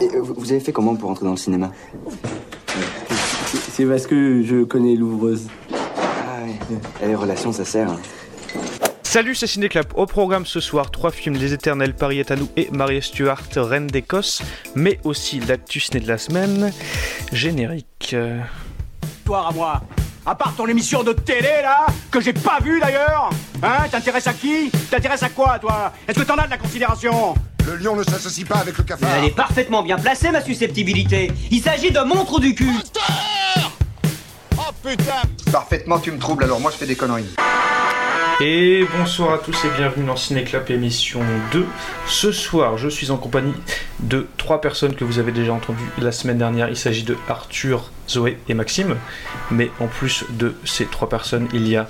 Et, euh, vous avez fait comment pour entrer dans le cinéma C'est parce que je connais l'ouvreuse. Ah ouais. Les relations, ça sert. hein. Salut, c'est Cinéclap. Au programme ce soir, trois films Les Éternels, Paris est à nous et Marie Stuart, Reine d'Écosse, mais aussi l'actu ciné de la semaine. Générique. euh. à moi. À part ton émission de télé, là, que j'ai pas vue d'ailleurs Hein T'intéresses à qui T'intéresses à quoi, toi Est-ce que t'en as de la considération Le lion ne s'associe pas avec le cafard. Elle est parfaitement bien placée, ma susceptibilité. Il s'agit de montre du cul. Parfaitement, tu me troubles, alors moi je fais des conneries. Et bonsoir à tous et bienvenue dans Cinéclap émission 2. Ce soir, je suis en compagnie de trois personnes que vous avez déjà entendues la semaine dernière. Il s'agit de Arthur, Zoé et Maxime. Mais en plus de ces trois personnes, il y a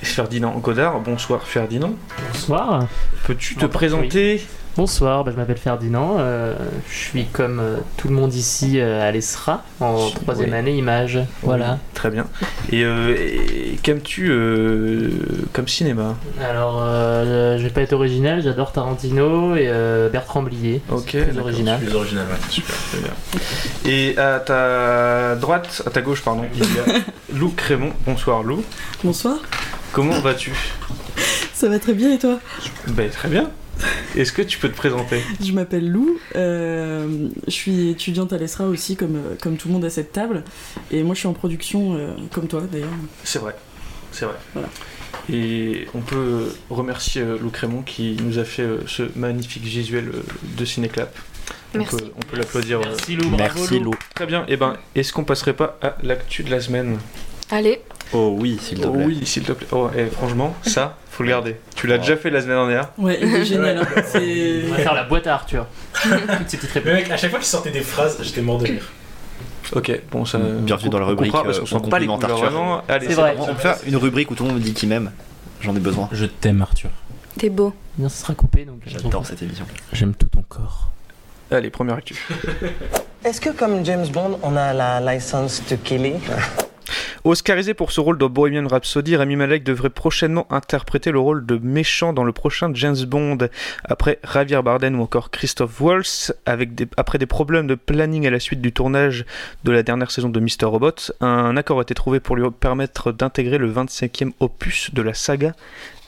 Ferdinand Godard. Bonsoir Ferdinand. Bonsoir. Peux-tu te Bonsoir, présenter Bonsoir, bah, je m'appelle Ferdinand. euh, je suis comme euh, tout le monde ici euh, à l'ESRA en Oui. troisième année image. Voilà. Très bien. Et, euh, et qu'aimes-tu euh, comme cinéma Alors, euh, je vais pas être original, j'adore Tarantino et euh, Bertrand Blier. Ok, C'est plus d'accord, original. c'est Plus original, ouais, super, très bien. Et à ta droite, à ta gauche, pardon, il y a Lou Crémon. Bonsoir Lou. Bonsoir, Comment vas-tu ça va très bien et toi Ben très bien. Est-ce que tu peux te présenter Je m'appelle Lou, euh, je suis étudiante à l'ESRA aussi comme, euh, comme tout le monde à cette table et moi je suis en production euh, comme toi d'ailleurs. C'est vrai, c'est vrai. Voilà. Et on peut remercier euh, Lou Crémon qui nous a fait euh, ce magnifique visuel euh, de Cinéclap. On Merci. peut- On peut l'applaudir. euh, Merci Lou, bravo Lou. Très bien. Et ben, est-ce qu'on passerait pas à l'actu de la semaine Allez, Oh oui, s'il te Oh plaît. Oui, s'il te plaît. Oh, et franchement, ça, faut le garder. Tu l'as déjà fait la semaine dernière. Ouais, il est génial. hein. C'est- On va faire la boîte à Arthur. Toutes ces petites réponses. Le mec, à chaque fois qu'il sortait des phrases, j'étais mort de rire. Ok, bon, ça. Bienvenue dans la on rubrique, comprend parce euh, qu'on on s'en bat les couilles, complimente Arthur. vraiment. Allez, C'est vrai. On peut faire une rubrique où tout le monde dit qui m'aime. J'en ai besoin. Je t'aime, Arthur. t'es beau. Bien, ce sera coupé donc. euh, J'adore cette émission. J'aime tout ton corps. Allez, première actu. Est-ce que comme James Bond, on a la license to killing Oscarisé pour ce rôle dans Bohemian Rhapsody, Rami Malek devrait prochainement interpréter le rôle de méchant dans le prochain James Bond, après Javier Bardem ou encore Christophe Waltz. Avec des- après des problèmes de planning à la suite du tournage de la dernière saison de Mr. Robot, un accord a été trouvé pour lui permettre d'intégrer le 25e opus de la saga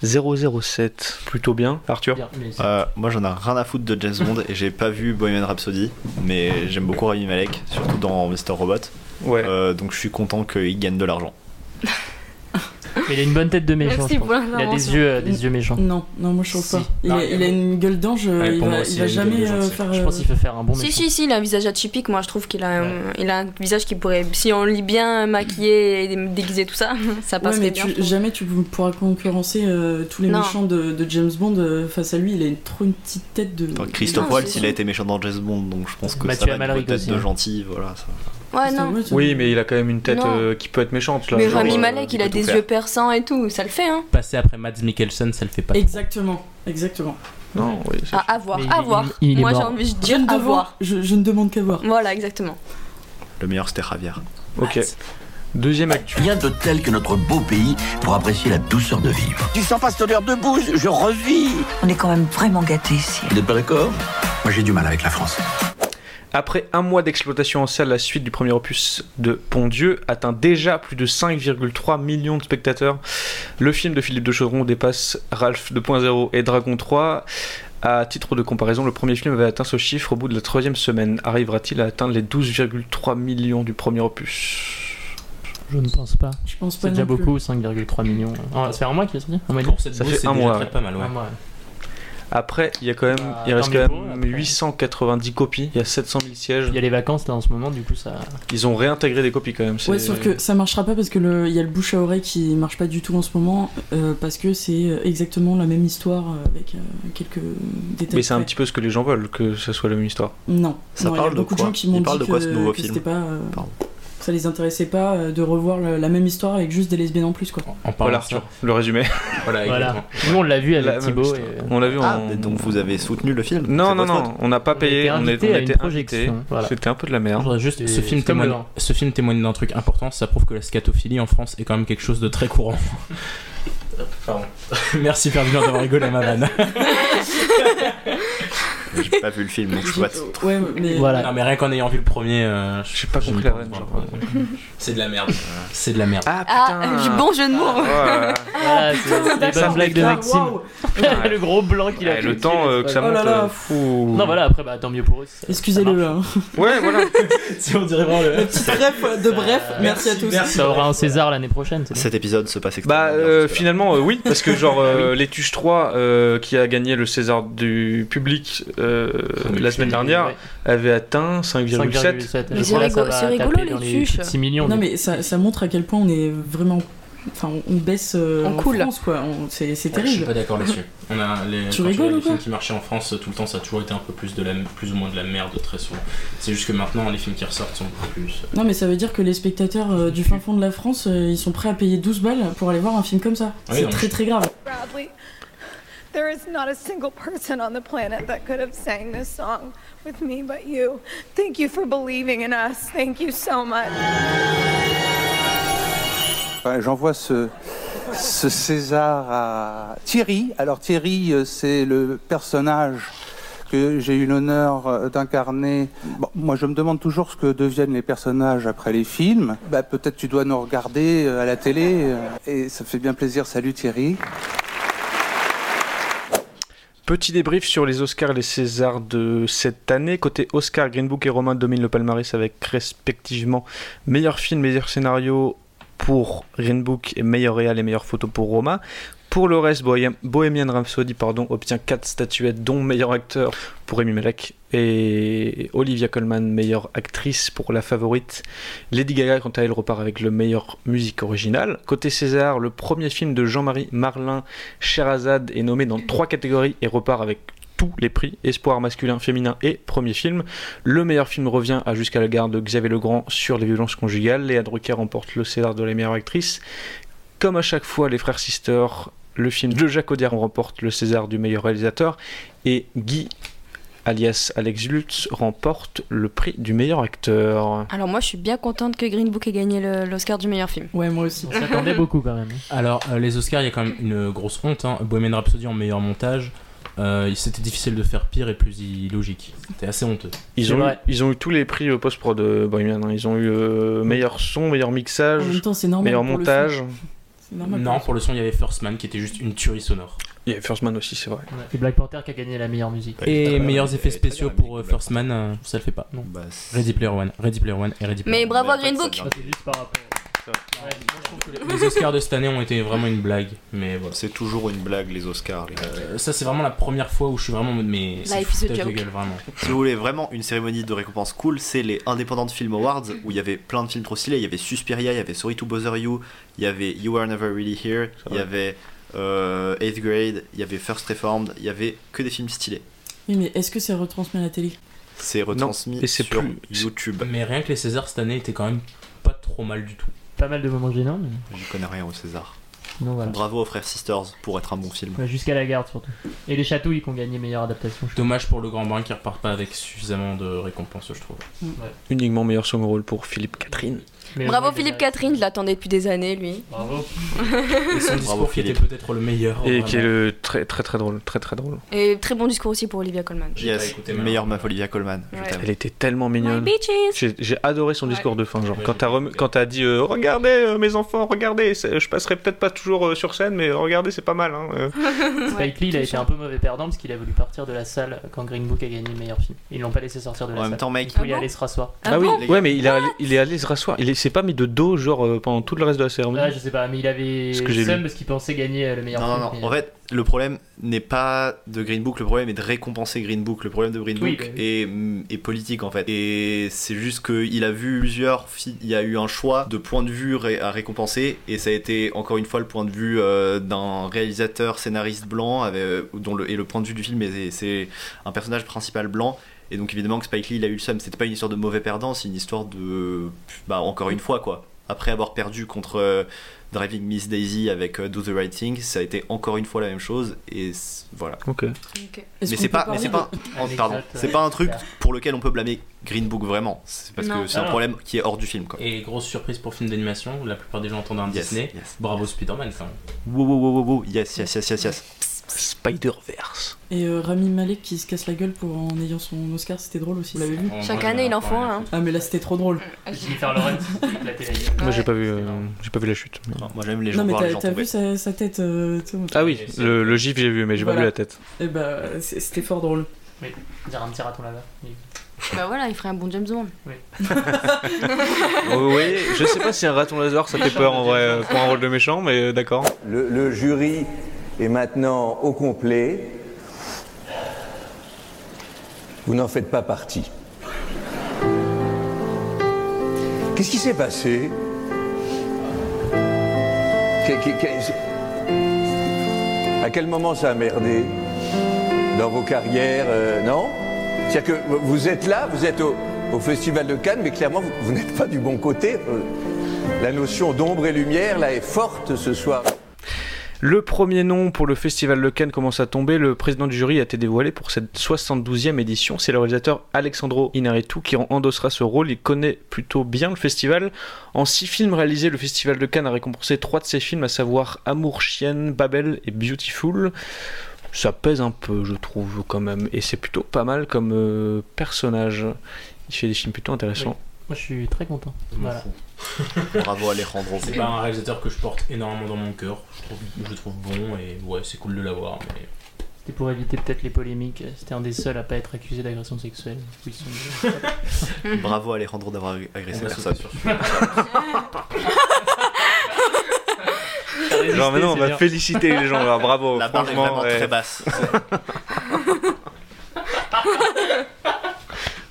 007. Plutôt bien, Arthur Bien, mais c'est- Euh, moi j'en ai rien à foutre de James Bond et j'ai pas vu Bohemian Rhapsody, mais j'aime beaucoup Rami Malek, surtout dans Mr. Robot. Ouais. Euh, donc je suis content qu'il gagne de l'argent. mais il a une bonne tête de méchant. Merci je pense. pour Il a des l'intervention. yeux, euh, des yeux méchants. Non, non, moi je trouve Si. pas. Il, Non, a, il y a il a bon. une gueule d'ange, euh, Ouais, il pour va, moi il aussi, va il y a une gueule jamais de gentil. euh, faire. Je euh, pense qu'il peut faire un bon Si, méchant. si, si, il a un visage atypique. Moi, je trouve qu'il a, un- il a un visage qui pourrait. Si on lit bien maquillé et déguisé, tout ça, ça Ouais, passerait mais bien. tu- je trouve. jamais tu pourras concurrencer euh, tous les Non. méchants de, de James Bond euh, face à lui. Il a une- trop une petite tête de. Enfin, Christophe Non, Waltz c'est il a été méchant dans James Bond, donc je pense que Mathieu ça va être Amalric peut-être aussi, de hein. gentil. Voilà, ça. Ouais, non. Oui, mais il a quand même une tête Non. euh, qui peut être méchante. Là, Mais genre, Rami euh, Malek, il a peut tout des faire. yeux perçants et tout, ça le fait, hein. Passer après Mads Mikkelsen, ça le fait pas. Exactement, exactement. Non, oui, c'est- À, à voir, Mais il- à il- voir. il est Moi, j'ai mort. envie de Je dire ne à devant- voir. je- je ne demande qu'à voir. Voilà, exactement. Le meilleur c'était Javier. Ok. Deuxième actu. Rien de tel que notre beau pays pour apprécier la douceur de vivre. Tu sens pas cette odeur de bouse Je revis. On est quand même vraiment gâtés ici. Vous n'êtes pas d'accord Moi j'ai du mal avec la France. Après un mois d'exploitation en salle, la suite du premier opus de Pondieu atteint déjà plus de 5,3 millions de spectateurs. Le film de Philippe de Chaudron dépasse Ralph 2.0 et Dragon 3. À titre de comparaison, le premier film avait atteint ce chiffre au bout de la troisième semaine. Arrivera-t-il à atteindre les 12,3 millions du premier opus Je ne pense pas. Je pense pas C'est déjà non plus. beaucoup, 5,3 millions. Ah, ça fait un mois qu'il est sorti Un mois et demi Ah, Pour cette Ça bouse, fait c'est un déjà mois, très ouais. pas mal, ouais. Un mois. Après, il y a quand même, Bah, il reste tant mieux quand pour eux, même après. 890 copies. Il y a 700 000 sièges. Il y a les vacances là en ce moment, du coup ça. Ils ont réintégré des copies quand même. c'est- Ouais, sauf que ça marchera pas parce que le- il y a le bouche à oreille qui marche pas du tout en ce moment euh, parce que c'est exactement la même histoire euh, avec euh, quelques détails. Mais c'est un près. petit peu ce que les gens veulent, que ça soit la même histoire. Non. Ça Non, il y a parle de beaucoup quoi gens qui Il m'ont parle dit de quoi, que- ce nouveau que film c'était pas, euh, Pardon. Ça les intéressait pas euh, de revoir le- la même histoire avec juste des lesbiennes en plus quoi. Oh, En parlant Voilà de ça, Arthur, le résumé. Voilà, Voilà. exactement. Nous on l'a vu La avec même Thibaut. histoire. et- On l'a vu Ah, en- mais donc vous avez soutenu le film Non, C'est non, votre faute. non, on n'a pas On payé, était on, invité est- on à une était projection, invité. voilà. C'était un peu de la merde. Genre, juste, ce film, Et c'est comme témoigne, le vin. ce film témoigne d'un truc important, ça prouve que la scatophilie en France est quand même quelque chose de très courant. Pardon. Merci Ferdinand d'avoir rigolé à ma vanne. J'ai pas vu le film, donc je suis pas- Ouais, mais. Voilà. Ah, Non, mais rien qu'en ayant vu le premier, euh, je- j'ai pas compris la vanne, C'est de la merde. C'est de la merde. Ah, du bon jeu de mots. Voilà, c'est Ah, Putain, les d'accord, bonnes blagues de putain, Maxime. waouh. le gros blanc qu'il a Eh, Ouais, fait le dessus, temps, laisse euh, pas- que ça Oh là monte, là. euh, fou. Non, voilà, après, bah, tant mieux pour eux. ça- Excusez-le là. Ouais, voilà. Si on dirait vraiment le. Petit bref de Euh, Euh, bref, merci à tous. merci. Ça aura un César l'année prochaine. c'est Cet épisode se passe Bah extrêmement bien. euh, finalement euh, oui parce que genre euh, les Tuches 3 euh, qui a gagné le César du public euh, la semaine dernière Ouais. avait atteint 5,7 5,7. Mais Je c'est crois que ça rigolo- va c'est rigolo, taper les dans tuches. 6 millions. Non du mais ça, ça montre à quel point on est vraiment, enfin on- on baisse euh, On en coule. France quoi. On- Je C'est c'est suis terrible. pas d'accord là-dessus. On a les, Tu quand rigoles vois ou les films quoi qui marchaient en France tout le temps, ça a toujours été un peu plus de la, plus ou moins de la merde très souvent. C'est juste que maintenant les films qui ressortent sont beaucoup plus. Non mais ça veut dire que les spectateurs euh, du fin fond de la France, euh, ils sont prêts à payer 12 balles pour aller voir un film comme ça. Oui, C'est non, mais très je- très grave. Bradley, there is not a single person on the planet that could have sang this song with me but you. Thank you for believing in us. Thank you so much. Ouais, J'envoie ce, ce César à Thierry. Alors Thierry, euh, c'est le personnage que j'ai eu l'honneur euh, d'incarner. Bon, moi, je me demande toujours ce que deviennent les personnages après les films. Bah, Peut-être tu dois nous regarder euh, à la télé. euh, Et ça fait bien plaisir. Salut Thierry. Petit débrief sur les Oscars et les Césars de cette année. Côté Oscar, Green Book et Romain dominent le palmarès avec respectivement meilleur film, meilleur scénario pour Green Book et meilleur réal et meilleure photo pour Romain. Pour le reste, Bohem- Bohemian Rhapsody pardon, obtient 4 statuettes, dont meilleur acteur pour Amy Malek et Olivia Colman, meilleure actrice pour La Favorite. Lady Gaga, quant à elle, repart avec le meilleur musique originale. Côté César, le premier film de Jean-Marie Marlin Sherazade est nommé dans trois catégories et repart avec tous les prix, espoir masculin, féminin et premier film. Le meilleur film revient à Jusqu'à la gare de Xavier Legrand sur les violences conjugales. Léa Drucker remporte le César de la meilleure actrice. Comme à chaque fois, les frères Sisters, le film de Jacques Audiard remporte le César du meilleur réalisateur et Guy, alias Alex Lutz, remporte le prix du meilleur acteur. Alors moi, je suis bien contente que Green Book ait gagné le- l'Oscar du meilleur film. Ouais moi aussi. On s'attendait beaucoup quand même. Alors euh, les Oscars, il y a quand même une grosse honte. Hein. Bohemian Rhapsody en meilleur montage. euh, C'était difficile de faire pire et plus illogique. C'était assez honteux. Ils C'est ont, eu, vrai. ils ont eu tous les prix euh, post-prod de Bohemian. hein. Ils ont eu euh, meilleur son, meilleur mixage, En même temps c'est normal. meilleur pour le montage. film. C'est normal. Non, pour le son, il y avait First Man qui était juste une tuerie sonore. Il y a First Man aussi, c'est vrai. Et Black Panther qui a gagné la meilleure musique. Et meilleurs elle effets est très spéciaux bien, la pour euh, musique, First Man, euh, ça le fait pas. Non. Bah, c'est- Ready Player One, Ready Player One et Ready Player Mais One. bravo à Mais Green en fait, Book. ça C'est juste par rapport. Ouais, moi, je trouve que les- Les Oscars de cette année ont été vraiment une blague, mais voilà. C'est toujours une blague, les Oscars, les gars. Euh, Ça, c'est vraiment la première fois où je suis vraiment en mode, mais c'est Life is a foutage de joke. gueule, vraiment. Si vous voulez vraiment une cérémonie de récompense cool, c'est les Independent Film Awards où il y avait plein de films trop stylés. Il y avait Suspiria, il y avait Sorry to Bother You, il y avait You Were Never Really Here, il y avait euh, Eighth Grade, il y avait First Reformed, il y avait que des films stylés. Oui mais est-ce que c'est retransmis à la télé C'est retransmis et c'est sur plus- YouTube. Mais rien que les Césars cette année étaient quand même pas trop mal du tout. Pas mal de moments gênants, mais J'y connais rien au César. non, voilà. Bravo aux frères Sisters pour être un bon film. Ouais, Jusqu'à la garde surtout. Et les chatouilles qui ont gagné meilleure adaptation. je Dommage pour le Grand Bain qui repart pas avec suffisamment de récompenses, je trouve. Uniquement meilleur second rôle pour Philippe Catherine. trouve. Mais Bravo au moins, il Philippe a- Catherine, je l'attendais depuis des années, lui. Bravo. Et son Bravo, discours qui était Philippe. peut-être le meilleur. Et vraiment. qui est le très très très drôle, très très drôle. Et très bon discours aussi pour Olivia Colman. J'ai pas Yes, écouté, mais- meilleure meuf Olivia Colman. je Ouais. t'aime. Elle était tellement My mignonne. bitches J'ai j'ai adoré son Ouais. discours de fin, genre Ouais, quand j'ai t'as rem- compris. quand t'as dit euh, regardez euh, mes enfants, regardez, c'est- je passerai peut-être pas toujours euh, sur scène, mais euh, regardez c'est pas mal. hein, euh. Ouais. Spike Lee, il a été un peu mauvais perdant parce qu'il a voulu partir de la salle quand Green Book a gagné meilleur film. Ils l'ont pas laissé sortir de la En salle. même temps, mec, il faut y Ah bon aller se rasseoir. Ah bon les gars. ouais, mais il, est allé- il est allé se rasseoir, il est- s'est pas mis de dos genre euh, pendant tout le reste de la cérémonie. Ah, je sais pas, mais il avait Ce que j'ai le seum lu. parce qu'il pensait gagner euh, le meilleur Non, film. non, non. mais- En fait, le problème n'est pas de Green Book, le problème est de récompenser Green Book. Le problème de Green Oui, Book bah oui. est, mm, est politique en fait. Et c'est juste qu'il a vu plusieurs. fi- Il y a eu un choix de point de vue ré- à récompenser. Et ça a été encore une fois le point de vue euh, d'un réalisateur scénariste blanc. avec- euh, dont le, et le point de vue du film, est- c'est un personnage principal blanc. Et donc évidemment que Spike Lee il a eu le seum. C'était pas une histoire de mauvais perdant, c'est une histoire de. Bah, encore une fois quoi. Après avoir perdu contre. euh, Driving Miss Daisy avec euh, Do the Right Thing, ça a été encore une fois la même chose et c'est- voilà. Ok. Ok. Est-ce Mais qu'on c'est peut pas, mais parler c'est de- pas, oh, Anecdote, pardon, c'est euh, pas un truc clair. pour lequel on peut blâmer Green Book vraiment. C'est parce Non. que c'est Ah un non. problème qui est hors du film quoi. Et grosse surprise pour film d'animation, la plupart des gens entendent un Yes, Disney. yes. Bravo Spider-Man quand même. Wow, wow, wow, wow, wow, yes, yes, yes, yes, yes. Spider-Verse. Et euh, Rami Malek qui se casse la gueule pour en ayant son Oscar, c'était drôle aussi, vous l'avez vu Chaque année, il en faut un. hein. Ah mais là c'était trop drôle. Jennifer Lawrence qui s'est éclatée la gueule. Moi j'ai pas vu, euh, j'ai pas vu la chute. moi j'aime Non mais t'as- t'as vu sa, sa tête euh, tu sais, Ah oui, le, le gif j'ai vu, mais j'ai pas Voilà. vu la tête. Eh ben, c'est- c'était fort drôle. Mais dire un petit raton là-bas. Bah voilà, il ferait un bon James Bond. oui, je sais pas si un raton laser ça fait peur en vrai euh, pour un rôle de méchant, mais euh, d'accord. Le, le jury est maintenant au complet. Vous n'en faites pas partie. Qu'est-ce qui s'est passé Qu'est- qu'est- qu'est- À quel moment ça a merdé Dans vos carrières euh, Non C'est-à-dire que vous êtes là, vous êtes au, au Festival de Cannes, mais clairement, vous, vous n'êtes pas du bon côté. Euh, La notion d'ombre et lumière, là, est forte ce soir. Le premier nom pour le festival de Cannes commence à tomber. Le président du jury a été dévoilé pour cette 72e édition. C'est le réalisateur Alexandro Inarritu qui en endossera ce rôle. Il connaît plutôt bien le festival. En six films réalisés, le festival de Cannes a récompensé trois de ses films, à savoir Amour, Chienne, Babel et Beautiful. Ça pèse un peu, je trouve, quand même. Et c'est plutôt pas mal comme euh, personnage. Il fait des films plutôt intéressants. Moi je suis très content. Voilà. Bravo Alejandro. C'est pas un réalisateur que je porte énormément dans mon cœur. Je trouve, je le trouve bon et ouais, c'est cool de l'avoir. Mais... C'était pour éviter peut-être les polémiques. C'était un des seuls à pas être accusé d'agression sexuelle. Oui, ils sont- Bravo Alejandro d'avoir agressé On va personne. sauter résisté, Genre, maintenant, on c'est va bien. féliciter les gens. Alors, bravo. La barre est franchement, vraiment ouais. très basse.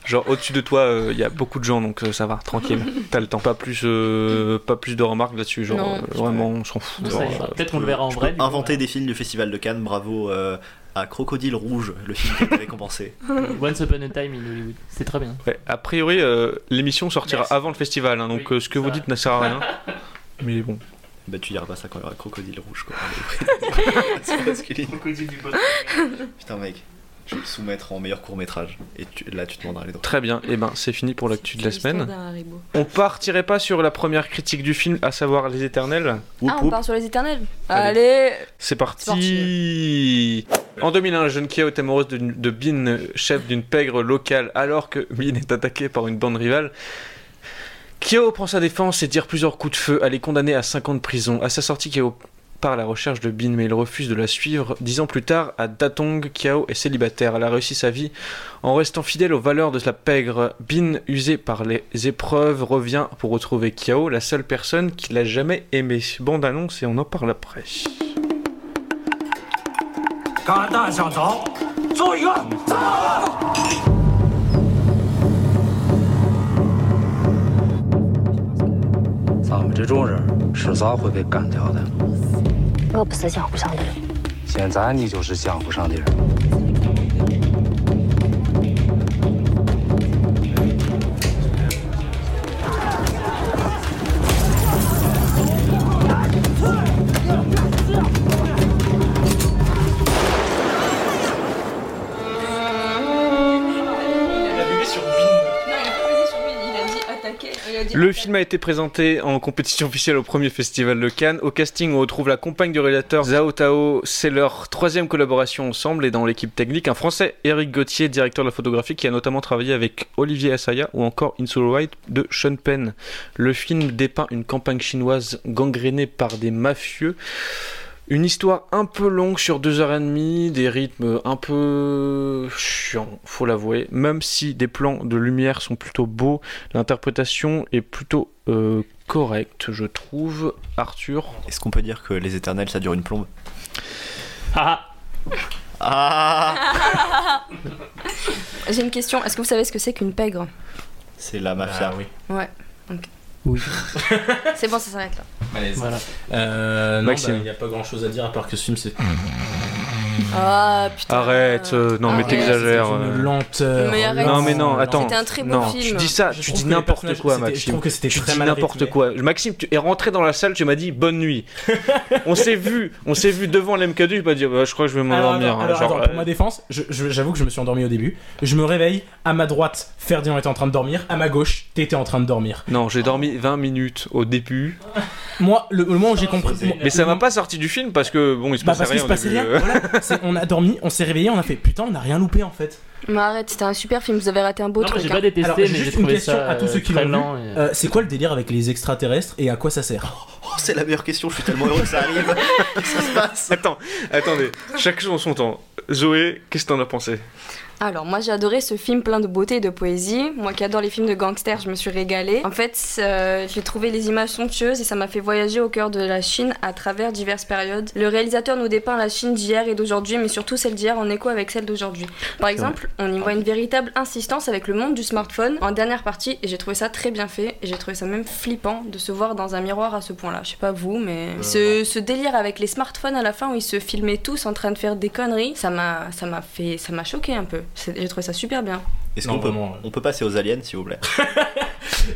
Genre au-dessus de toi, il y a beaucoup de gens, donc euh, ça va, tranquille. T'as le temps, pas plus, euh, pas plus de remarques là-dessus. Genre Non. euh, vraiment, on s'en fout. Ça Genre, ira. euh, Peut-être qu'on le verra en Je vrai, peux du coup, Inventer des films du Festival de Cannes, bravo euh, à Crocodile Rouge, le film qui a été récompensé. Once Upon a Time in Hollywood. C'est très bien. ouais. A priori, euh, l'émission sortira avant le festival, hein, donc euh, ce que vous dites ne sert à rien. Mais bon. Bah tu diras pas ça quand il y aura Crocodile Rouge quoi. Crocodile du bot. Putain mec, je vais le soumettre en meilleur court métrage. Et tu- là tu te demanderas les droits. Très bien, et ben c'est fini pour l'actu de la semaine. d'un Haribo. On partirait pas sur la première critique du film, à savoir Les Éternels. Whoop, Ah, on whoop. part sur les éternels Allez. Allez, C'est parti En 2001, la jeune Kia est amoureuse de, de Bin, chef d'une pègre locale, alors que Bin est attaqué par une bande rivale. Kyo prend sa défense et tire plusieurs coups de feu. Elle est condamnée à 5 ans de prison. À sa sortie, Kyo part à la recherche de Bin, mais il refuse de la suivre. Dix ans plus tard, à Datong, Kyo est célibataire. Elle a réussi sa vie en restant fidèle aux valeurs de la pègre. Bin, usée par les épreuves, revient pour retrouver Kyo, la seule personne qui l'a jamais aimée. Bande annonce et on en parle après. 嘎大小曹，做一个，走！咱们这种人迟早会被干掉的。我不是江湖上的人，现在你就是江湖上的人。 Le film a été présenté en compétition officielle au premier festival de Cannes. Au casting, on retrouve la compagne du réalisateur Zhao Tao. C'est leur troisième collaboration ensemble et dans l'équipe technique. Un français, Eric Gauthier, directeur de la photographie, qui a notamment travaillé avec Olivier Assaya ou encore In Solo White de Sean Penn. Le film dépeint une campagne chinoise gangrénée par des mafieux. Une histoire un peu longue sur deux heures et demie, des rythmes un peu chiants, faut l'avouer. Même si des plans de lumière sont plutôt beaux, l'interprétation est plutôt euh, correcte, je trouve. Arthur. Est-ce qu'on peut dire que Les Éternels ça dure une plombe Ah Ah J'ai une question. Est-ce que vous savez ce que c'est qu'une pègre C'est la mafia. Bah oui. Ouais. ok. Oui. C'est bon, ça s'arrête là. Allez, voilà. Euh, non, bah, il Maxime. n'y a pas grand chose à dire à part que ce film c'est. Ah putain. Arrête, euh, non mais Arrête. t'exagères. Ah, C'est une euh. lenteur. Ah, Mais arrête. Non mais non, attends. C'était un très beau non, film. Tu dis ça, Je tu trouve dis que les n'importe personnages quoi, étaient- je Maxime. trouve que c'était tu très dis mal n'importe rythmé. quoi. Maxime, tu es rentré dans la salle, tu m'as dit bonne nuit. on s'est vu, on s'est vu devant l'MK2, il m'a dit bah, je crois que je vais Alors, m'endormir. attends, hein, alors, genre, attends, euh, pour ma défense, je- je- j'avoue que je me suis endormi au début. Je me réveille, à ma droite, Ferdinand était en train de dormir, à ma gauche, t'étais en train de dormir. Non, j'ai dormi 20 minutes au début, Euh, Moi, le, le moment où j'ai compris. mais ça m'a pas sorti du film parce que bon, il se Bah passait parce qu'il rien. se au passait début. rien. Voilà. c'est- on a dormi, on s'est réveillé, on a fait putain, on a rien loupé en fait. Mais arrête, c'était un super film, vous avez raté un beau truc. hein. Alors, juste une question à tous ceux qui l'ont vu. Euh, c'est quoi le délire avec les extraterrestres et à quoi ça sert Oh, c'est la meilleure question, je suis tellement heureux que ça arrive. Qu'est-ce qui se passe Attends, attendez, chaque chose en son temps. Zoé, qu'est-ce que t'en as pensé Alors moi j'ai adoré ce film plein de beauté et de poésie. Moi qui adore les films de gangsters, je me suis régalée. En fait, euh, j'ai trouvé les images somptueuses et ça m'a fait voyager au cœur de la Chine à travers diverses périodes. Le réalisateur nous dépeint la Chine d'hier et d'aujourd'hui, mais surtout celle d'hier en écho avec celle d'aujourd'hui. Par exemple, on y voit une véritable insistance avec le monde du smartphone en dernière partie et j'ai trouvé ça très bien fait et j'ai trouvé ça même flippant de se voir dans un miroir à ce point-là. Je sais pas vous, mais Euh, ce, ce délire avec les smartphones à la fin où ils se filmaient tous en train de faire des conneries, ça m'a ça m'a fait ça m'a choqué un peu. C'est- J'ai trouvé ça super bien. Est-ce qu'on peut, on peut passer aux aliens, s'il vous plaît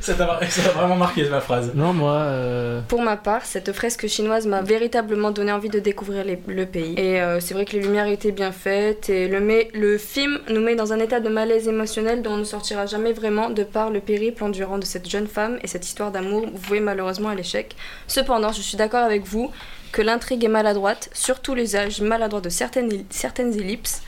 ça t'a ça t'a vraiment marqué ma phrase. Non, moi. euh, Pour ma part, cette fresque chinoise m'a véritablement donné envie de découvrir les- le pays. Et euh, c'est vrai que les lumières étaient bien faites et le, mais, le film nous met dans un état de malaise émotionnel dont on ne sortira jamais vraiment de par le périple endurant de cette jeune femme et cette histoire d'amour vouée malheureusement à l'échec. Cependant, je suis d'accord avec vous que l'intrigue est maladroite, surtout l'usage maladroit de certaines, certaines ellipses.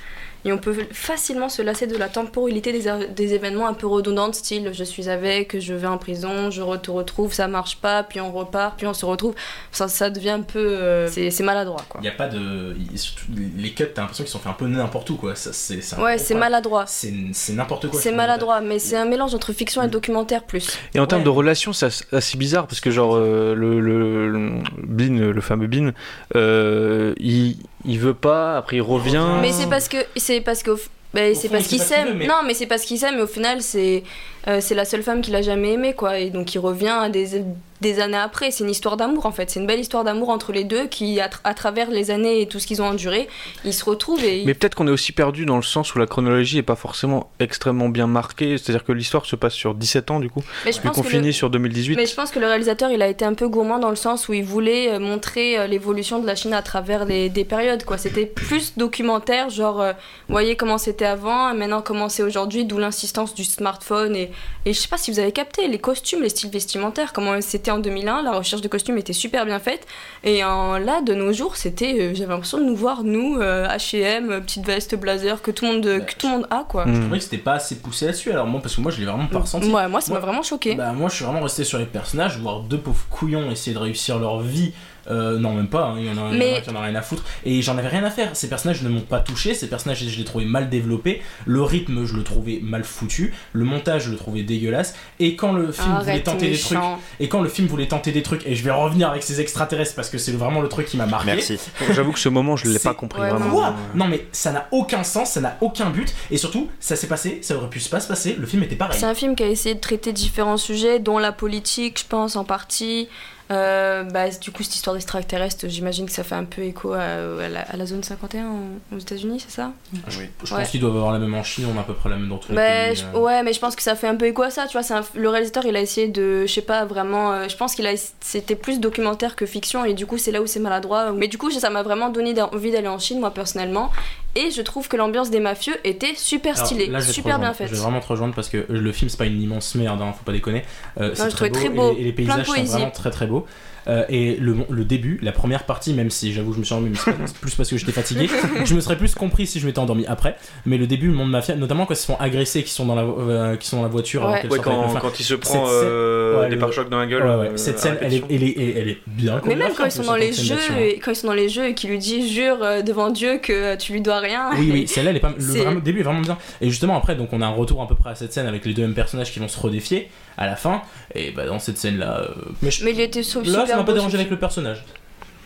Et on peut facilement se lasser de la temporalité des, a- des événements un peu redondants, style je suis avec, je vais en prison, je re- te retrouve, ça marche pas, puis on repart, puis on se retrouve. Ça, ça devient un peu. euh, c'est c'est maladroit quoi. Il y a pas de. il- surtout, Les cuts, t'as l'impression qu'ils sont faits un peu n'importe où quoi. Ça, c'est, c'est un Ouais, gros c'est problème. maladroit. C'est, c'est n'importe quoi. C'est je maladroit, mais c'est un mélange entre fiction et documentaire plus. Et en termes de relations, c'est assez- assez bizarre parce que, genre, euh, le, le, le- Bean, le fameux Bean, euh, il, il veut pas, après il revient. Mais c'est parce que c'est parce que c'est sait parce qu'il pas ce qu'il s'aime. veut, mais- Non, mais c'est parce qu'il s'aime. Mais au final, c'est euh, c'est la seule femme qu'il a jamais aimée, quoi. Et donc il revient des des années après. C'est une histoire d'amour en fait. C'est une belle histoire d'amour entre les deux qui, à, tra- à travers les années et tout ce qu'ils ont enduré, ils se retrouvent et ils- Mais peut-être qu'on est aussi perdu dans le sens où la chronologie est pas forcément extrêmement bien marquée, c'est-à-dire que l'histoire se passe sur 17 ans du coup, Mais je vu pense qu'on que finit le- sur 2018. Mais je pense que le réalisateur, il a été un peu gourmand dans le sens où il voulait euh, montrer euh, l'évolution de la Chine à travers les- des périodes. quoi. C'était plus documentaire, genre, euh, voyez comment c'était avant et maintenant comment c'est aujourd'hui, d'où l'insistance du smartphone. Et, et je sais pas si vous avez capté, les costumes, les styles vestimentaires, comment c'était en 2001, la recherche de costumes était super bien faite. Et en, là, de nos jours, c'était, euh, j'avais l'impression de nous voir, nous, euh, H&M, euh, petite veste, blazer, que tout le monde, Bah, que tout le monde a, quoi. Je Hmm. trouvais que c'était pas assez poussé là-dessus, alors moi, parce que moi je l'ai vraiment pas ressenti. Ouais, moi, ça m'a vraiment choqué. Bah, moi je suis vraiment resté sur les personnages, voir deux pauvres couillons essayer de réussir leur vie. Euh, non, même pas, hein, il y en a, il y en a Mais- qui en ont rien à foutre. Et j'en avais rien à faire. Ces personnages ne m'ont pas touché, ces personnages je les trouvais mal développés. Le rythme, je le trouvais mal foutu. Le montage, je le trouvais dégueulasse. Et quand le film voulait Arrête, tenter des méchant. trucs. Et quand le film voulait tenter des trucs, et je vais revenir avec ces extraterrestres parce que c'est vraiment le truc qui m'a marqué. Merci. J'avoue que ce moment, je l'ai pas compris vraiment. Quoi Non mais ça n'a aucun sens, ça n'a aucun but, et surtout ça s'est passé, ça aurait pu se pas se passer, le film était pareil. C'est un film qui a essayé de traiter différents sujets, dont la politique, je pense, en partie. Euh, bah, du coup, cette histoire d'extraterrestres, j'imagine que ça fait un peu écho à, à la, à la zone 51 aux aux États-Unis, c'est ça Je, je Ouais. pense qu'ils doivent avoir la même en Chine, on a à peu près la même dans tous les Bah, pays. je- euh. ouais, mais je pense que ça fait un peu écho à ça, tu vois. c'est un- le réalisateur, il a essayé de, je sais pas, vraiment. euh, je pense qu'il a, c'était plus documentaire que fiction, et du coup, c'est là où c'est maladroit. Mais du coup, ça m'a vraiment donné d'a- envie d'aller en Chine, moi personnellement. Et je trouve que l'ambiance des mafieux était super Alors, stylée, là, je vais te super bien rejoindre. faite. Je vais vraiment te rejoindre parce que euh, le film c'est pas une immense merde, hein, faut pas déconner. Euh, Non, c'est je très trouvais très beau, beau, et, et les plein de paysages sont poésie. vraiment très très beaux. Euh, et le, le début, la première partie, même si j'avoue je me suis endormi mais c'est pas- c'est plus parce que j'étais fatigué, je me serais plus compris si je m'étais endormi après. Mais le début, le monde mafia, notamment quand ils se font agresser, qui sont dans la, vo- euh, qu'ils sont dans la voiture, Ouais. alors qu'elles Ouais, sortent avec quand- le flingue. quand il se Cette prend, scène- euh, des le- pare-chocs dans la gueule, Ouais, ouais. euh, Cette à scène, elle est, elle est, elle est bien. Mais même chorégraphiée, quand ils sont cette dans les scène jeux, d'action. et quand ils sont dans les jeux et qu'il lui dit jure euh, devant Dieu que euh, tu lui dois rien. Oui, oui, celle-là, elle est pas... le C'est- vraiment- début est vraiment bien. Et justement, après, donc on a un retour à peu près à cette scène avec les deux mêmes personnages qui vont se redéfier à la fin. Et bah, dans cette scène-là. euh, Mais, je- Mais il était sou- là, ça Oh, super m'a pas beau. dérangé avec le personnage.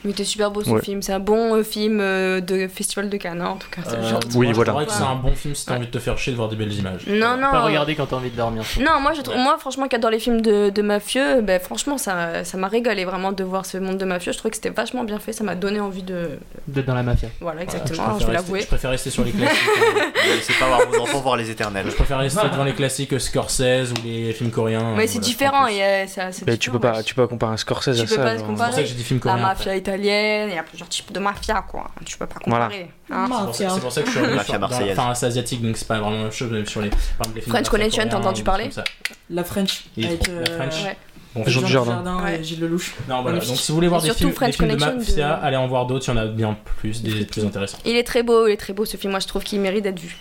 Mais il était super beau ce Ouais. film. C'est un bon euh, film euh, de Festival de Cannes, hein, en tout cas. c'est le Euh, genre. moi, Oui, je voilà. trouverais que c'est un bon film si t'as Ouais. envie de te faire chier de voir des belles images. Non, non. Pas regarder quand t'as envie de dormir. Non, moi, je trouve, moi, franchement, qu'adore les films de, de mafieux, ben, franchement, ça ça m'a régalé vraiment de voir ce monde de mafieux. Je trouvais que c'était vachement bien fait. Ça m'a donné envie de. D'être dans la mafia. Voilà, exactement. Voilà, je vais préfère rester- l'avouer. je préfère rester sur les classiques. hein, Ne laissez pas voir vos enfants voir les éternels. Je préfère rester devant les classiques euh, Scorsese ou les films coréens. Mais euh, c'est voilà. différent. Et, euh, ça- c'est Mais tu peux pas, tu peux pas comparer un Scorsese Tu à peux ça. pas genre. comparer. que j'ai dit film coréen, La mafia italienne, il y a plusieurs types de mafia, quoi. Tu peux pas Voilà. comparer. Ah, hein. C'est pour ça- C'est pour ça que je suis revenu sur, dans, enfin, c'est asiatique, donc c'est pas vraiment la même chose. Même sur les, par exemple, les films French mafia Connection, t'as coréens, entendu ou parler comme ça. La French. Il est avec, trop- la French. euh, Ouais. Bon, Jean Jean Dujardin. Dujardin et Gilles Lelouch. Non, voilà. Magnifique. Donc, si vous voulez voir Et des surtout films, French des films de Connection mafia, de- allez en voir d'autres, il y en a bien plus, des plus intéressants. Il est très beau, il est très beau ce film. Moi, je trouve qu'il mérite d'être vu.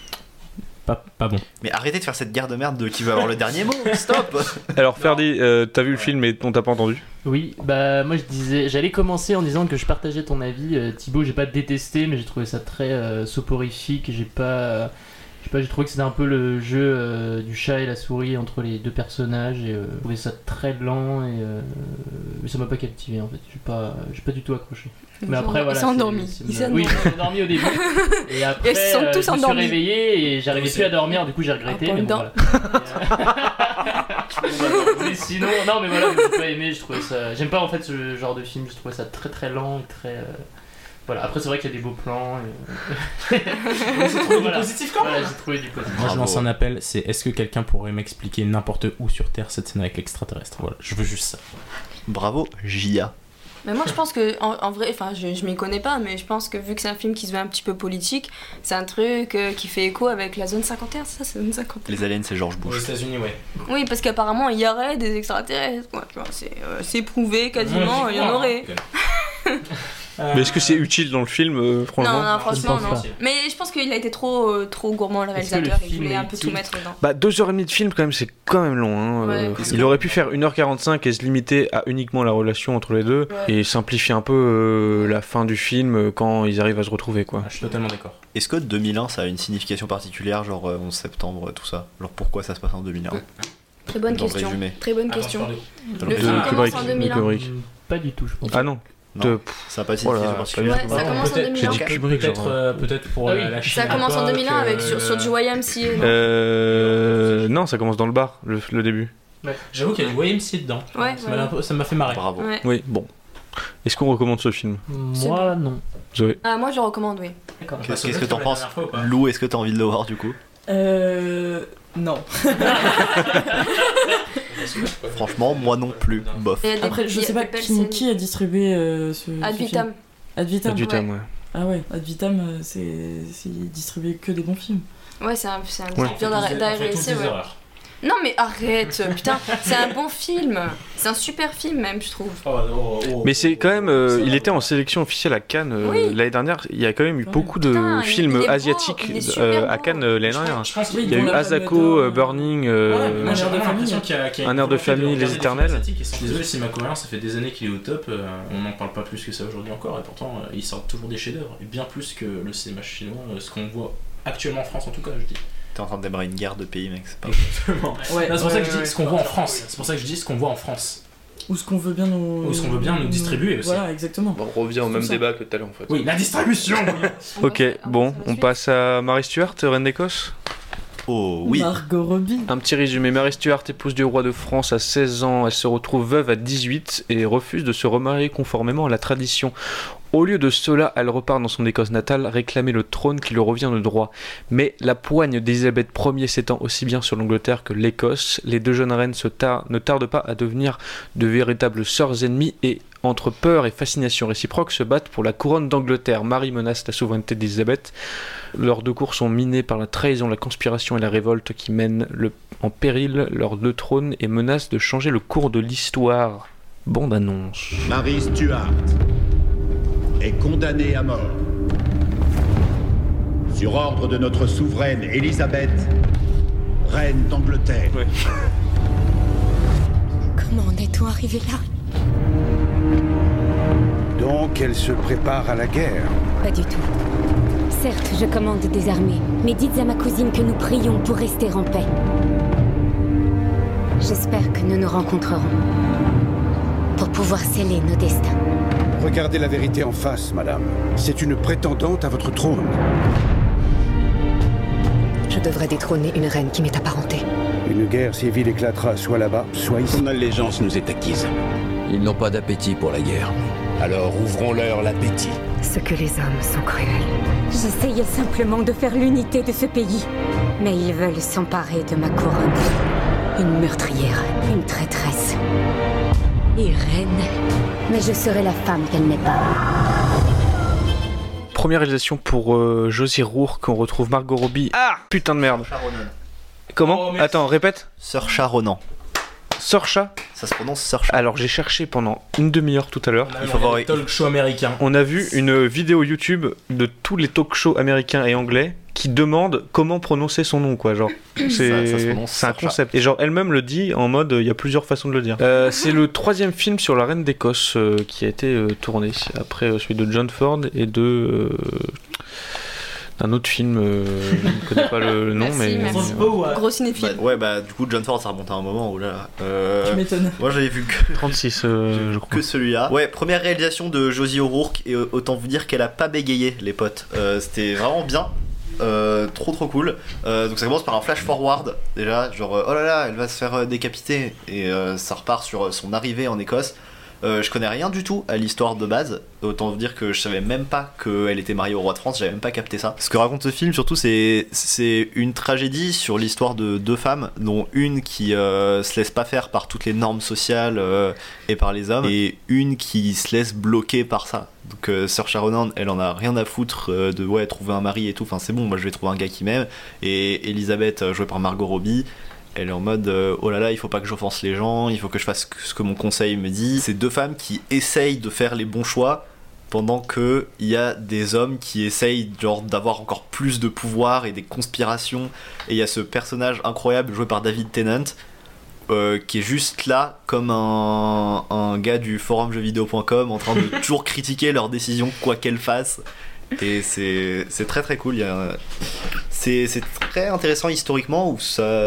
Pas, pas bon. Mais arrêtez de faire cette guerre de merde de qui va avoir le dernier mot. Stop Alors, Ferdi, euh, t'as vu le film et on t'a pas entendu Oui, bah moi je disais, j'allais commencer en disant que je partageais ton avis, euh, Thibaut. J'ai pas détesté, mais j'ai trouvé ça très euh, soporifique. J'ai pas, euh, je sais pas, j'ai trouvé que c'était un peu le jeu euh, du chat et la souris entre les deux personnages. Et euh, j'ai trouvé ça très lent et euh, mais ça m'a pas captivé en fait. J'ai pas, j'ai pas du tout accroché. Ils Mais ont- après ils voilà, sont c'est- endormis. c'est- Ils sont oui, endormis. ils sont endormis au début. Et après, Ils sont euh, tous je me suis endormis. réveillé et j'arrivais plus à dormir. Du coup, j'ai regretté. mais bon, voilà. mais sinon, non, mais voilà, j'ai pas aimé, je trouvais ça. J'aime pas en fait ce genre de film, je trouvais ça très très lent et très. euh, Voilà, après c'est vrai qu'il y a des beaux plans. Et... J'ai trouvé du positif quand même. Voilà, j'ai trouvé du positif. Moi, je lance un appel c'est est-ce que quelqu'un pourrait m'expliquer n'importe où sur Terre cette scène avec l'extraterrestre Voilà, je veux juste ça. Bravo, Jia. Mais moi, je pense que, en, en vrai, enfin, je, je m'y connais pas, mais je pense que vu que c'est un film qui se veut un petit peu politique, c'est un truc euh, qui fait écho avec la zone 51, c'est ça, c'est la zone 51. Les aliens, c'est George Bush. Aux États-Unis, ouais. Oui, parce qu'apparemment, il y aurait des extraterrestres, quoi, tu vois, c'est euh, c'est prouvé quasiment, Moi, j'y il y en crois, aurait. Euh, Mais est-ce que c'est utile dans le film euh, Non, non, franchement franchement, non. Mais je pense qu'il a été trop, euh, trop gourmand, le Est-ce que le réalisateur, il film voulait est un peu tout utile mettre dedans. Bah, 2h30 de film, quand même, c'est quand même long. hein. Euh, Ouais. il aurait pu faire 1h45 et se limiter à uniquement la relation entre les deux et simplifier un peu euh, la fin du film euh, quand ils arrivent à se retrouver, quoi. ah, Je suis totalement d'accord. Est-ce que 2001 ça a une signification particulière, genre euh, 11 septembre, tout ça Genre pourquoi ça se passe en 2001 Très bonne Dans le question. résumé. Très Ah, bonne question. Dans Euh, Le film résumé. commence en 2001. Pas du tout, je pense. Ah non. Non, ça n'a pas de Oh là, pas signification du particulière. tout. Ouais, ça commence en Peut-être- 2001. j'ai dit Kubrick, Peut-être, genre. euh, peut-être pour, Ah euh, la Chine Ça commence en à 2001 l'époque, avec, sur, euh, sur du YMCA. Euh, non, ça commence dans le bar, le, le début. J'avoue qu'il y a du YMC dedans. Ouais, ça voilà. m'a un peu- ça m'a fait marrer. Bravo. Ouais. Oui, bon. Est-ce qu'on recommande ce film Moi, non. Zoé Ah, moi, je recommande, oui. Qu'est-ce qu'est-ce que t'en penses Lou, est-ce que t'as envie de le voir du coup Euh. Non. Franchement, moi non plus. Bof. Et des- Après, je il y a sais pas des belles qui, scènes. qui a distribué euh, ce. ce Ad film. vitam. Ad vitam. Ad vitam, Ouais. ouais. Ah ouais, Ad vitam, euh, c'est c'est distribué que des bons films. Ouais, c'est un, c'est un Ouais. bien On fait tous des- on fait d'ARSC, tous des ouais. horreurs. Non, mais arrête, putain, c'est un bon film. C'est un super film, même, je trouve. Mais oh. c'est quand même, euh, il était en sélection officielle à Cannes euh, Oui. l'année dernière. Il y a quand même eu beaucoup de Putain, il- films il est beau, asiatiques il est super euh, beau. à Cannes euh, l'année dernière. je pense, oui, il y a dont eu la Palme Asako, euh, Burning, euh, Moi, j'ai vraiment l'impression qu'il y a- qu'il y a Un une air de volonté famille, Les regarder des films Éternels. asiatiques et Je suis désolé, si ma cohérence, ça fait des années qu'il est au top, euh, on n'en parle pas plus que ça aujourd'hui encore, et pourtant euh, ils sortent toujours des chefs-d'œuvre, et bien plus que le cinéma chinois, euh, ce qu'on voit actuellement en France en tout cas, je dis. T'es en train de démarrer une guerre de pays, mec. C'est pas Non, euh, Ouais, non, c'est pour ça ouais, que je dis ouais. ce qu'on voit en France. C'est pour ça que je dis ce qu'on voit en France. Ou ce qu'on veut bien nous. Ou ce qu'on veut bien nous distribuer aussi. Voilà, exactement. on revient au même C'est ça. débat que tout à l'heure en fait. Oui, la distribution Ok, bon, on passe à Mary Stuart, Reine d'Écosse Oh oui. Margot Robbie. Un petit résumé. Mary Stuart, épouse du roi de France à 16 ans, elle se retrouve veuve à 18 et refuse de se remarier conformément à la tradition. Au lieu de cela, elle repart dans son Écosse natale réclamer le trône qui lui revient de droit. Mais la poigne d'Élisabeth Ier s'étend aussi bien sur l'Angleterre que l'Écosse. Les deux jeunes reines se tar- ne tardent pas à devenir de véritables sœurs ennemies et entre peur et fascination réciproque, se battent pour la couronne d'Angleterre. Marie menace la souveraineté d'Élisabeth. Leurs deux cours sont minés par la trahison, la conspiration et la révolte qui mènent le- en péril leurs deux trônes et menacent de changer le cours de l'histoire. Bande annonce. Marie Stuart est condamnée à mort. Sur ordre de notre souveraine Élisabeth, reine d'Angleterre. Comment en est-on arrivé là Donc elle se prépare à la guerre. Pas du tout. Certes, je commande des armées, mais dites à ma cousine que nous prions pour rester en paix. J'espère que nous nous rencontrerons pour pouvoir sceller nos destins. Regardez la vérité en face, madame. C'est une prétendante à votre trône. Je devrais détrôner une reine qui m'est apparentée. Une guerre civile éclatera soit là-bas, soit ici. Son allégeance nous est acquise. Ils n'ont pas d'appétit pour la guerre. Alors ouvrons-leur l'appétit. Ce que les hommes sont cruels. J'essayais simplement de faire l'unité de ce pays, mais ils veulent s'emparer de ma couronne. Une meurtrière, une traîtresse. Et reine. Mais je serai la femme qu'elle n'est pas. Première réalisation pour euh, Josie Rourke, on retrouve Margot Robbie. Ah Putain de merde. Comment Attends, répète. Sœur Chat Ronan. Sœur Chat Ça se prononce Sarchin. Alors j'ai cherché pendant une demi-heure tout à l'heure. Il faut voir les talk shows américains. On a vu une vidéo YouTube de tous les talk shows américains et anglais qui demandent comment prononcer son nom, quoi. Genre, Ça- ça se c'est prononce c'est un Sarchin. concept. Et genre, elle-même le dit en mode, euh, il y a plusieurs façons de le dire. Euh, c'est le troisième film sur la Reine d'Écosse euh, qui a été euh, tourné après euh, celui de John Ford et de. euh, d'un autre film, euh, je ne connais pas le, le nom, mais. euh, Gros cinéphile. ouais, bah du coup, John Ford, ça remonte à un moment où là. Euh, Tu m'étonnes. Moi, j'avais vu que. 36, euh, je crois. que celui-là. Ouais, première réalisation de Josie O'Rourke et euh, autant vous dire qu'elle a pas bégayé les potes. Euh, C'était vraiment bien. Euh, trop trop cool. Euh, donc ça commence par un flash forward déjà, genre euh, oh là là, elle va se faire euh, décapiter et euh, ça repart sur euh, son arrivée en Écosse. Euh, je connais rien du tout à l'histoire de base, autant vous dire que je savais même pas qu'elle était mariée au roi de France, j'avais même pas capté ça. Ce que raconte ce film surtout c'est c'est une tragédie sur l'histoire de deux femmes, dont une qui euh, se laisse pas faire par toutes les normes sociales euh, et par les hommes, et une qui se laisse bloquer par ça. Donc euh, Sœur Sharonan, elle en a rien à foutre euh, de ouais trouver un mari et tout. Enfin c'est bon, moi je vais trouver un gars qui m'aime. Et Elisabeth, euh, jouée par Margot Robbie, elle est en mode euh, oh là là, il faut pas que j'offense les gens, il faut que je fasse ce que mon conseil me dit. C'est deux femmes qui essayent de faire les bons choix pendant que il y a des hommes qui essayent genre d'avoir encore plus de pouvoir et des conspirations. Et il y a ce personnage incroyable joué par David Tennant euh, qui est juste là comme un, un gars du forum jeuxvideo.com en train de toujours critiquer leurs décisions quoi qu'elles fassent et c'est c'est très très cool il y a- c'est c'est très intéressant historiquement où ça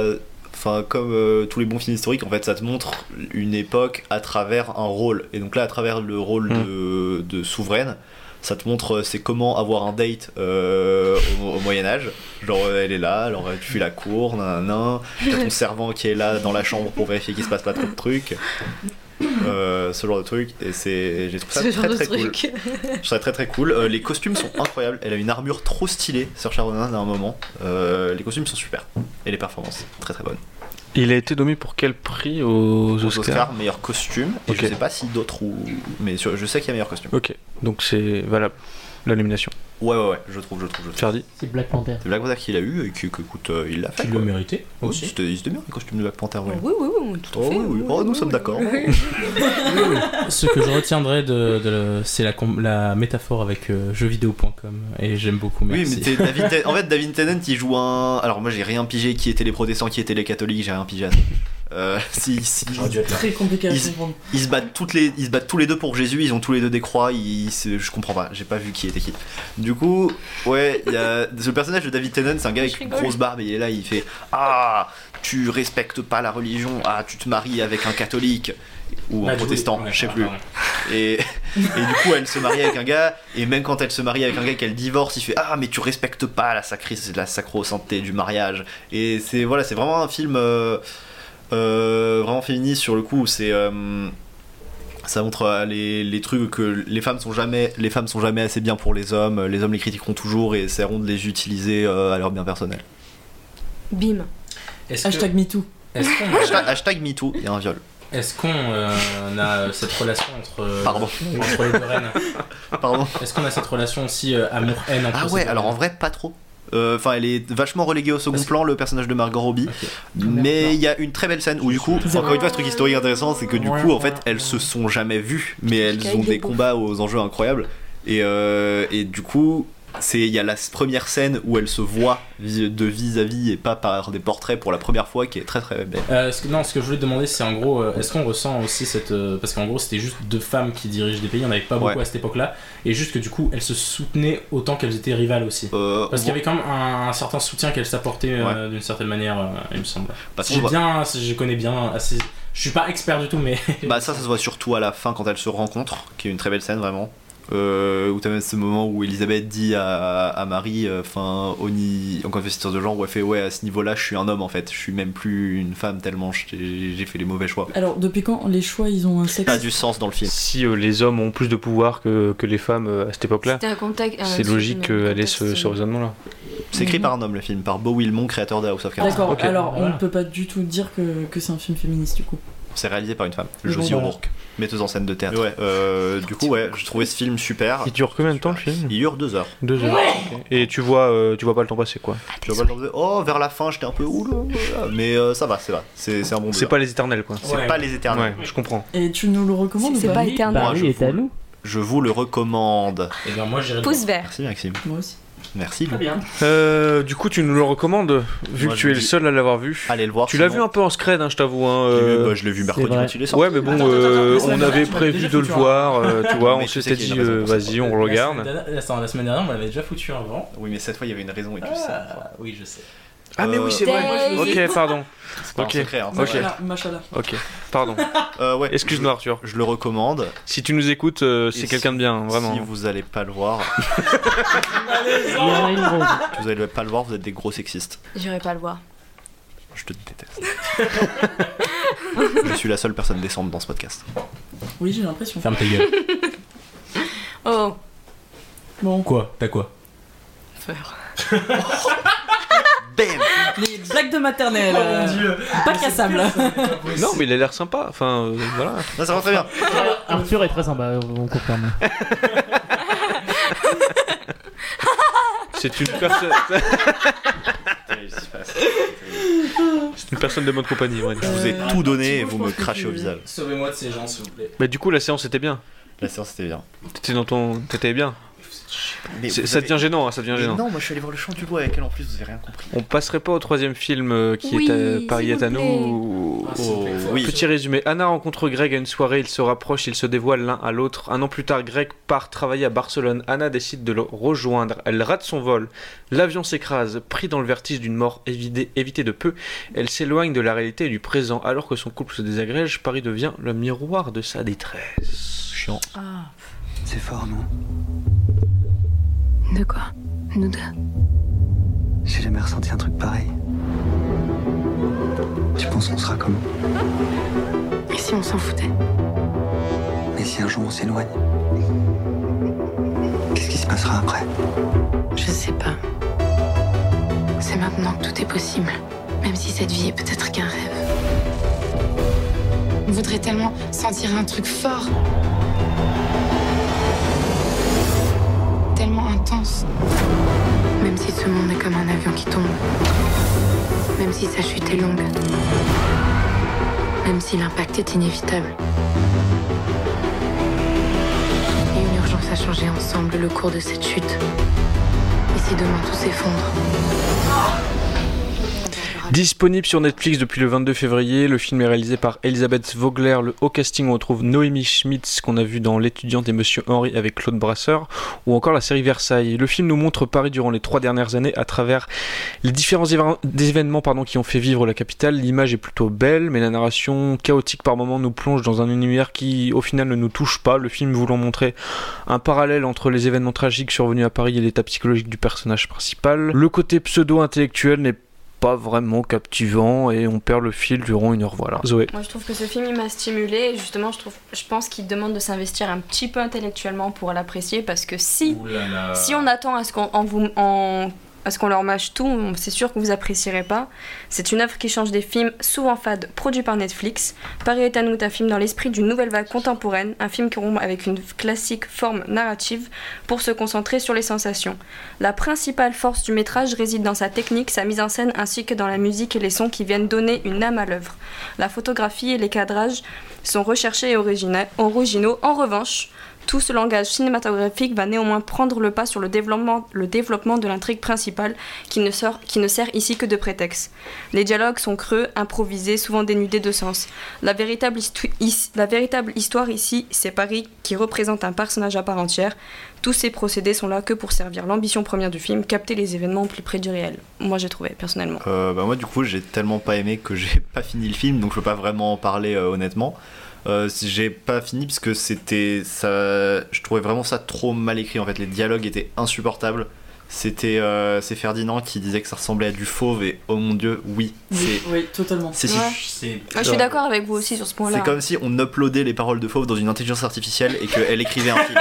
enfin comme euh, tous les bons films historiques en fait ça te montre une époque à travers un rôle et donc là à travers le rôle de, de souveraine ça te montre euh, c'est comment avoir un date euh, au, au Moyen Âge. Genre euh, elle est là, alors euh, tu fais la cour, nanana, t'as ton servant qui est là dans la chambre pour vérifier qu'il se passe pas trop de trucs. Euh, ce genre de truc et c'est j'ai trouvé ça Ce très genre de très cool truc. je trouve ça très très cool Euh, les costumes sont incroyables elle a une armure trop stylée sur Sharonan à un moment Euh, les costumes sont super et les performances très très bonnes Il a été nommé pour quel prix aux, aux Oscars Oscars meilleur costume et je Ok. sais pas si d'autres ou mais sur- je sais qu'il y a meilleur costume Ok, donc c'est valable la nomination. ouais ouais ouais je trouve je trouve, je trouve. Ferdi C'est Black Panther. C'est Black Panther qu'il a eu et que, que, écoute, euh, il l'a fait. Il l'a mérité aussi. C'était c'était bien les costumes de Black Panther, oui. Oui, oui, oui, Ah tout à Oh, fait. oui, oui. Oh, nous sommes d'accord. Ce que je retiendrai de, de- c'est la, com- la métaphore avec euh, jeuxvideo.com et j'aime beaucoup. Oui, Merci. mais t'es- David Ten- en fait, David Tennant, il joue un. Alors, moi, j'ai rien pigé qui étaient les protestants, qui étaient les catholiques, j'ai rien pigé à ça. Euh, si, si. Ah, Très compliqué à Ils- comprendre. Ils se battent toutes les, ils se battent tous les deux pour Jésus. Ils ont tous les deux des croix. Ils, se- je comprends pas. J'ai pas vu qui était qui. Du coup, ouais, il y a ce personnage de David Tennant, c'est un gars avec une grosse barbe. et Il est là, il fait ah, tu respectes pas la religion. Ah, tu te maries avec un catholique ou un Ah, du coup, protestant, ouais, je sais ouais, plus. ouais. Et, et du coup, elle se marie avec un gars, et même quand elle se marie avec un gars qu'elle divorce, il fait Ah, mais tu respectes pas la, sacrée, la sacro-sainteté du mariage. Et c'est voilà, c'est vraiment un film euh, euh, vraiment féministe sur le coup. C'est. euh, ça montre euh, les, les trucs que les femmes sont jamais les femmes sont jamais assez bien pour les hommes les hommes les critiqueront toujours et essaieront de les utiliser euh, à leur bien personnel Bim. Hashtag MeToo. hashtag, hashtag MeToo il y a un viol Est-ce qu'on euh, on a euh, cette relation entre, euh, Pardon. entre les deux reines Pardon. Est-ce qu'on a cette relation aussi euh, amour-haine entre ah ces ouais deux alors en reines vrai pas trop Euh, enfin elle est vachement reléguée au second plan le personnage de Margot Robbie mais il y a une très belle scène où du coup encore une fois ce truc historique intéressant c'est que du coup en fait elles se sont jamais vues mais elles ont des combats aux enjeux incroyables et, euh, et du coup c'est il y a la première scène où elles se voient vis- de vis-à-vis et pas par des portraits pour la première fois qui est très très belle Euh, ce que- non, ce que je voulais te demander, c'est en gros, euh, est-ce qu'on ressent aussi cette. euh, parce qu'en gros, c'était juste deux femmes qui dirigent des pays, on n'avait pas beaucoup Ouais. à cette époque-là, et juste que du coup, elles se soutenaient autant qu'elles étaient rivales aussi. parce Euh, on qu'il y avait quand même un, un certain soutien qu'elles s'apportaient euh, d'une certaine manière, euh, il me semble. Parce Si qu'on j'ai va- bien, si je connais bien assez. Je suis pas expert du tout, mais. Bah ça, ça se voit surtout à la fin quand elles se rencontrent, qui est une très belle scène vraiment. Euh, où t'as même ce moment où Elisabeth dit à, à Marie, euh, enfin, Oni, en confesseur de genre, où elle fait Ouais, à ce niveau-là, je suis un homme en fait, je suis même plus une femme tellement j'ai j'ai fait les mauvais choix. Alors, depuis quand les choix, ils ont un sexe Pas du sens dans le film. Si euh, les hommes ont plus de pouvoir que, que les femmes euh, à cette époque-là, C'était un contact- un c'est logique euh, souvenir, un qu'elle ait ce, ce raisonnement-là. C'est Mhm. écrit par un homme le film, par Beau Wilmont, créateur de House of Cards. D'accord, alors on ne peut pas du tout dire que, que c'est un film féministe du coup. C'est réalisé par une femme, Mais Josie bon, O'Rourke. metteuse en scène de théâtre. Ouais, euh, du coup, ouais, je trouvais ce film super. Il dure combien de temps le film Il dure deux heures. Deux heures. Ouais. Et tu vois, euh, tu vois pas le temps passer quoi. Tu vois, oh, vers la fin, j'étais un peu oula, mais euh, ça va, ça va. C'est c'est un bon. deux C'est heures. pas les éternels quoi. C'est pas les éternels. Ouais, je comprends. Et tu nous le recommandes C'est- ou c'est pas pas éternel. Moi, je Ah, est à nous. Je vous le recommande. Et Eh bien moi, j'irai. Pouce vert. Merci Maxime. Moi aussi. Merci. Très bien. Euh, du coup, tu nous le recommandes, vu Moi, que je tu es dis- le seul à l'avoir vu. Allez le voir. Tu l'as sinon. vu un peu en scred, hein, je t'avoue. hein, Je l'ai vu- euh. bah, je l'ai vu mercredi C'est vrai. quand il est sorti. Ouais, mais bon, Attends, attends, euh, attends, on attends, avait tu m'as prévu déjà de le foutu en voir, euh, tu vois, Mais on tu sais s'était qu'il y a dit, une raison euh, pour ça. vas-y, on La regarde. semaine, dernière, la- la semaine dernière, on l'avait déjà foutu avant. Oui, mais cette fois, il y avait une raison et tout. Ah, oui, je sais. Ah, mais oui, c'est Euh, vrai. Dave. Ok, pardon. C'est pas un Ok, secret, hein, c'est ok. vrai. Machala. Ok, pardon. Euh, ouais, Excuse-moi, Arthur. Je le recommande. Si tu nous écoutes, euh, c'est Et quelqu'un si- de bien, vraiment. Si vous allez pas le voir, Il y en a une grosse. si vous allez pas le voir, vous êtes des gros sexistes. J'irai pas le voir. Je te déteste. Je suis la seule personne décente dans ce podcast. Oui, j'ai l'impression. Ferme ta gueule. Oh, Bon. Quoi T'as quoi Fleur. Les blagues de maternelle. Oh euh, Pas cassable. Non, mais il a l'air sympa. Enfin, euh, voilà. Non, ça va très bien. Arthur est très sympa, on confirme. C'est une personne. C'est une personne de bonne compagnie, ouais. Je vous ai tout donné et vous me crachez au visage. Sauvez-moi de ces gens, s'il vous plaît. Bah, du coup, la séance était bien. La séance c'était bien. T'étais dans ton. T'étais bien. Mais C'est- vous Ça avez- devient gênant, hein, ça devient Mais gênant. non, moi je suis allé voir le chant du bois avec elle en plus, vous avez rien compris. On passerait pas au troisième film euh, qui Oui, est euh, Paris s'il est vous à nous. plaît. ou- Ah, s'il vous plaît, faut- oui. Petit résumé. Anna rencontre Greg à une soirée, ils se rapprochent, ils se dévoilent l'un à l'autre. Un an plus tard, Greg part travailler à Barcelone. Anna décide de le rejoindre. Elle rate son vol. L'avion s'écrase, pris dans le vertige d'une mort évidée- évitée de peu. Elle s'éloigne de la réalité et du présent. Alors que son couple se désagrège, Paris devient le miroir de sa détresse. Chiant. C'est fort, non De quoi Nous deux J'ai jamais ressenti un truc pareil. Tu penses qu'on sera comment Et si on s'en foutait Et si un jour on s'éloigne Qu'est-ce qui se passera après Je sais pas. C'est maintenant que tout est possible. Même si cette vie est peut-être qu'un rêve. On voudrait tellement sentir un truc fort. Tellement intense. Même si ce monde est comme un avion qui tombe. Même si sa chute est longue. Même si l'impact est inévitable. Et une urgence à changer ensemble le cours de cette chute. Et si demain tout s'effondre Disponible sur Netflix depuis le 22 février, le film est réalisé par Elisabeth Vogler. Le haut casting, on retrouve Noémie Schmitz, qu'on a vu dans L'étudiante et Monsieur Henry avec Claude Brasseur, ou encore la série Versailles. Le film nous montre Paris durant les trois dernières années à travers les différents éve- événements pardon, qui ont fait vivre la capitale. L'image est plutôt belle, mais la narration chaotique par moments nous plonge dans un univers qui, au final, ne nous touche pas. Le film voulant montrer un parallèle entre les événements tragiques survenus à Paris et l'état psychologique du personnage principal. Le côté pseudo-intellectuel n'est pas vraiment captivant et on perd le fil durant une heure. Voilà. Zoé. Moi, je trouve que ce film, il m'a stimulé. Et justement, je, trouve, je pense qu'il demande de s'investir un petit peu intellectuellement pour l'apprécier. Parce que si, Euh, si on attend à ce qu'on en vous- en- à ce qu'on leur mâche tout, on- c'est sûr que vous apprécierez pas. C'est une œuvre qui change des films souvent fades produits par Netflix. Paris est à nous est un film dans l'esprit d'une nouvelle vague contemporaine, un film qui rompt avec une classique forme narrative pour se concentrer sur les sensations. La principale force du métrage réside dans sa technique, sa mise en scène ainsi que dans la musique et les sons qui viennent donner une âme à l'œuvre. La photographie et les cadrages sont recherchés et origina- originaux. En revanche, tout ce langage cinématographique va néanmoins prendre le pas sur le développement, le développement de l'intrigue principale qui ne, sort- qui ne sert ici que de prétexte. Les dialogues sont creux, improvisés, souvent dénudés de sens. La véritable, histo- is- la véritable histoire ici, c'est Paris qui représente un personnage à part entière. Tous ces procédés sont là que pour servir l'ambition première du film, capter les événements au plus près du réel. Moi j'ai trouvé, personnellement. Euh, bah moi du coup j'ai tellement pas aimé que j'ai pas fini le film donc je peux pas vraiment en parler euh, honnêtement. Euh, si j'ai pas fini parce que c'était ça je trouvais vraiment ça trop mal écrit en fait les dialogues étaient insupportables. C'était euh, c'est Ferdinand qui disait que ça ressemblait à du fauve et oh mon dieu oui c'est Oui, totalement. C'est- c'est- Ouais. c'est- Ah, je suis d'accord avec vous aussi sur ce point-là. c'est comme si on uploadait les paroles de fauve dans une intelligence artificielle et qu'elle écrivait un film.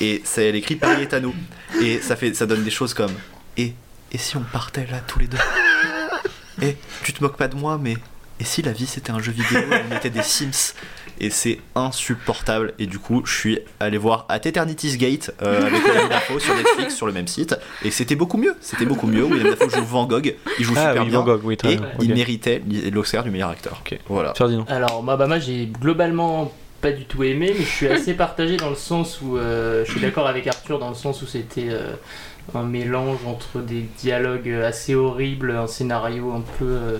Et ça, elle écrit Paris est à nous. Et ça, fait, ça donne des choses comme Et, et si on partait là tous les deux Et tu te Eh, moques pas de moi, mais Et si la vie c'était un jeu vidéo et on était des Sims Et c'est insupportable. Et du coup, je suis allé voir At Eternity's Gate euh, avec William Dafoe sur Netflix, sur le même site. Et c'était beaucoup mieux. C'était beaucoup mieux. William Dafoe joue Van Gogh. Il joue Ah super oui, bien. Van Gogh, oui, très et bien. il Ok. méritait l'Oscar du meilleur acteur. Voilà. Alors, moi, bah, moi j'ai globalement pas du tout aimé, mais je suis assez partagé dans le sens où euh, je suis d'accord avec Arthur, dans le sens où c'était euh, un mélange entre des dialogues assez horribles, un scénario un peu euh,